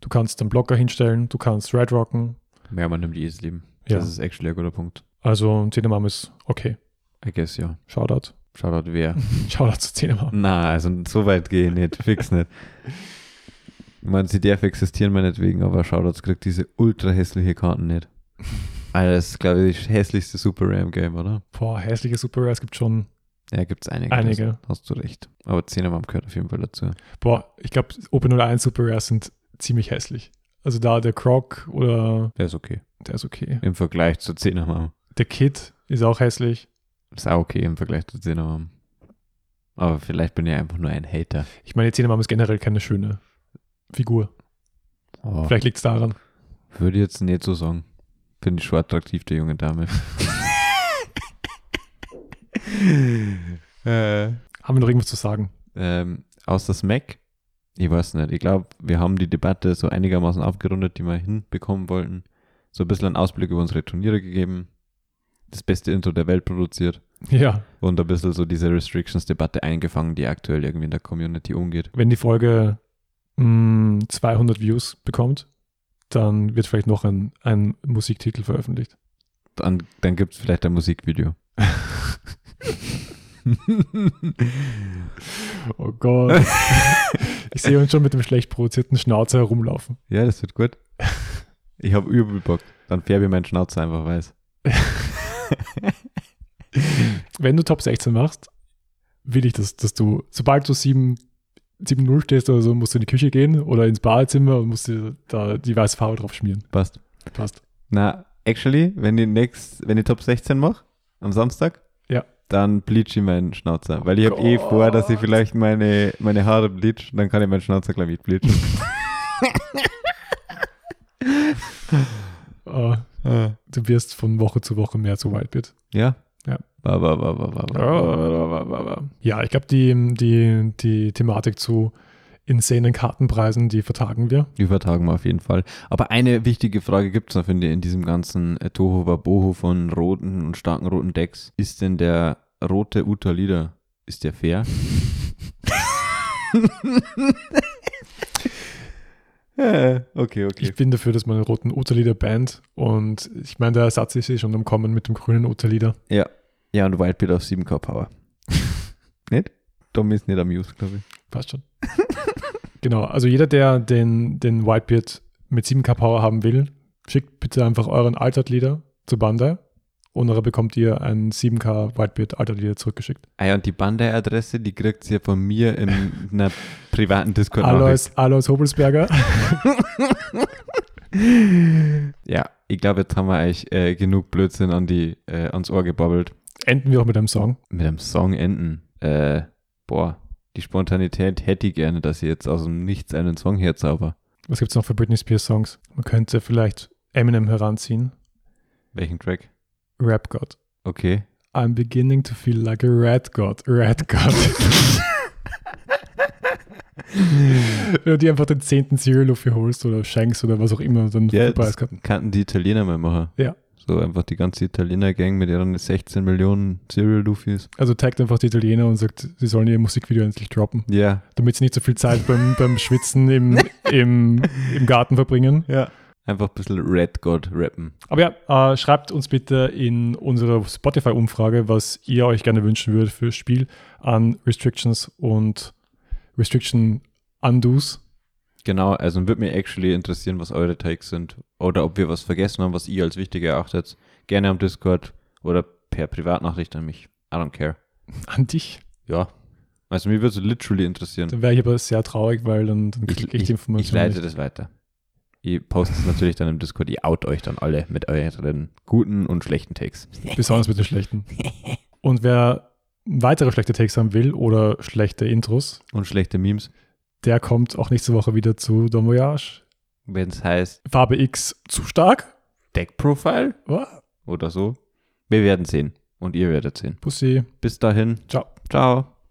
Du kannst den Blocker hinstellen, du kannst Red Rocken.
Ja, man nimmt jedes Leben.
Ja.
Das ist actually ein guter Punkt.
Also Zehnermam ist okay.
I guess, ja.
Shoutout. <laughs>
Shoutout wer?
Shoutout zu Zehnermam.
Na, also so weit gehe ich nicht. Fix nicht. Ich meine, sie darf existieren meinetwegen, aber Shoutouts kriegt diese ultra hässliche Karten nicht. Alter, Ah, das ist, glaube ich, das hässlichste Super Ram Game, oder?
Boah, hässliche Super Rares gibt schon
Ja, gibt's einige.
einige.
Das, hast du recht. Aber 10 Mam gehört auf jeden Fall dazu.
Boah, ich glaube, OP01 Super Rares sind ziemlich hässlich. Also da der Croc oder
Der ist okay.
der ist okay.
Im Vergleich zu 10 Mam.
Der Kid ist auch hässlich.
Ist auch okay im Vergleich zu 10 Mam. Aber vielleicht bin ich einfach nur ein Hater.
Ich meine, Zehnermam ist generell keine schöne Figur.
Oh,
Vielleicht liegt es daran.
würde ich jetzt nicht so sagen. Finde ich schon attraktiv, die junge Dame. <laughs> äh.
Haben wir noch irgendwas zu sagen? <laughs>
ähm, aus das Mac. Ich weiß nicht. Ich glaube, wir haben die Debatte so einigermaßen aufgerundet, die wir hinbekommen wollten. So ein bisschen einen Ausblick über unsere Turniere gegeben. Das beste Intro der Welt produziert.
Ja,
Und ein bisschen so diese Restrictions-Debatte eingefangen, die aktuell irgendwie in der Community umgeht.
wenn die Folge mh, 200 Views bekommt, dann wird vielleicht noch ein, ein Musiktitel veröffentlicht.
Dann, dann gibt es vielleicht ein
<laughs>
Musikvideo.
Oh Gott. <laughs> ich sehe uns schon mit dem schlecht produzierten Schnauzer herumlaufen.
ja, das wird gut. Ich habe übel Bock. Dann färbe ich meinen Schnauzer einfach weiß.
Wenn du Top 16 machst, will ich, dass, dass du, sobald du 7 7-0 stehst oder so, musst du in die Küche gehen oder ins Badezimmer und musst dir da die weiße Farbe drauf schmieren.
Passt.
Passt.
Na, actually, wenn ich, next, wenn ich Top 16 mache, am Samstag,
Ja.
dann bleach ich meinen Schnauzer. Weil ich habe eh
Gott.
vor, dass ich vielleicht meine, meine Haare bleach, dann kann ich meinen Schnauzer gleich mit bleachen.
Äh, du wirst von Woche zu Woche mehr zu Whitebeard.
ja?
Ja. Oh.
Ba, ba, ba, ba, ba, ba, ba, ba, ba.
Ja, ich glaube, die, die, die Thematik zu insanen Kartenpreisen, die vertagen wir.
Übertragen wir auf jeden Fall. Aber eine wichtige Frage gibt es noch, finde ich, in diesem ganzen äh, Toho Waboho von roten und starken roten Decks. Ist denn der rote Uta Leader, ist der <laughs> fair? Ja, Äh, okay, okay.
Ich bin dafür, dass man den roten Utterlieder bannt. Und ich meine, der Ersatz ist eh schon am Kommen mit dem grünen Utterlieder.
Ja, und Whitebeard auf 7K Power. <laughs> nicht? Tom ist nicht amused, glaube ich.
Passt schon. genau, also jeder, der den, den Whitebeard mit 7k Power haben will, schickt bitte einfach euren Altertlieder zu Bandai und dann bekommt ihr einen 7k Whitebeard Altertlieder zurückgeschickt.
<laughs> Ah ja, und die Bandai-Adresse, die kriegt sie von mir in <laughs> einer privaten Discord-Nachricht.
Alois, Alois Hobelsberger.
Ja, ich glaube, jetzt haben wir eigentlich äh, genug Blödsinn an die, äh, ans Ohr gebabbelt.
Enden wir auch mit einem Song.
Mit einem Song enden. Äh, boah, die Spontanität hätte ich gerne, dass ich jetzt aus dem Nichts einen Song herzauber.
Was gibt es noch für Britney Spears Songs? Man könnte vielleicht Eminem heranziehen.
Welchen Track?
Rap God.
Okay.
I'm beginning to feel like a red god. Red god. <laughs> Wenn du dir einfach den zehnten Serial Luffy holst oder schenkst oder was auch immer, dann
Ja,
vorbei
das
ist gehabt.
kannten die Italiener mal machen.
Ja.
So einfach die ganze Italiener-Gang mit ihren 16 Millionen Serial-Lufis.
Also taggt einfach die Italiener und sagt, sie sollen ihr Musikvideo endlich droppen,
Ja.
damit sie nicht so viel Zeit beim, beim Schwitzen im, im, im Garten verbringen.
Ja. Einfach ein bisschen Red God rappen.
Aber ja, äh, schreibt uns bitte in unserer Spotify-Umfrage, was ihr euch gerne wünschen würdet für Spiel an Restrictions und Restriction Undos.
Genau, also würde mich actually interessieren, was eure Takes sind oder ob wir was vergessen haben, was ihr als wichtig erachtet. Gerne am Discord oder per Privatnachricht an mich. I don't care.
An dich.
Ja. Also mir würde es literally interessieren.
Dann wäre ich aber sehr traurig, weil dann, dann
Ich,
kriege ich,
ich,
die Information.
ich leite
nicht.
das weiter. Ihr postet es natürlich dann im Discord. Ihr out euch dann alle mit euren guten und schlechten Takes.
Besonders mit den
<laughs>
schlechten. Und wer weitere schlechte Takes haben will oder schlechte Intros,
Und schlechte Memes.
der kommt auch nächste Woche wieder zu Don Voyage.
Wenn es heißt
Farbe X zu stark?
Deck Profile
Ah,
oder so. Wir werden sehen. Und ihr werdet sehen.
Pussy.
Bis dahin.
Ciao.
Ciao.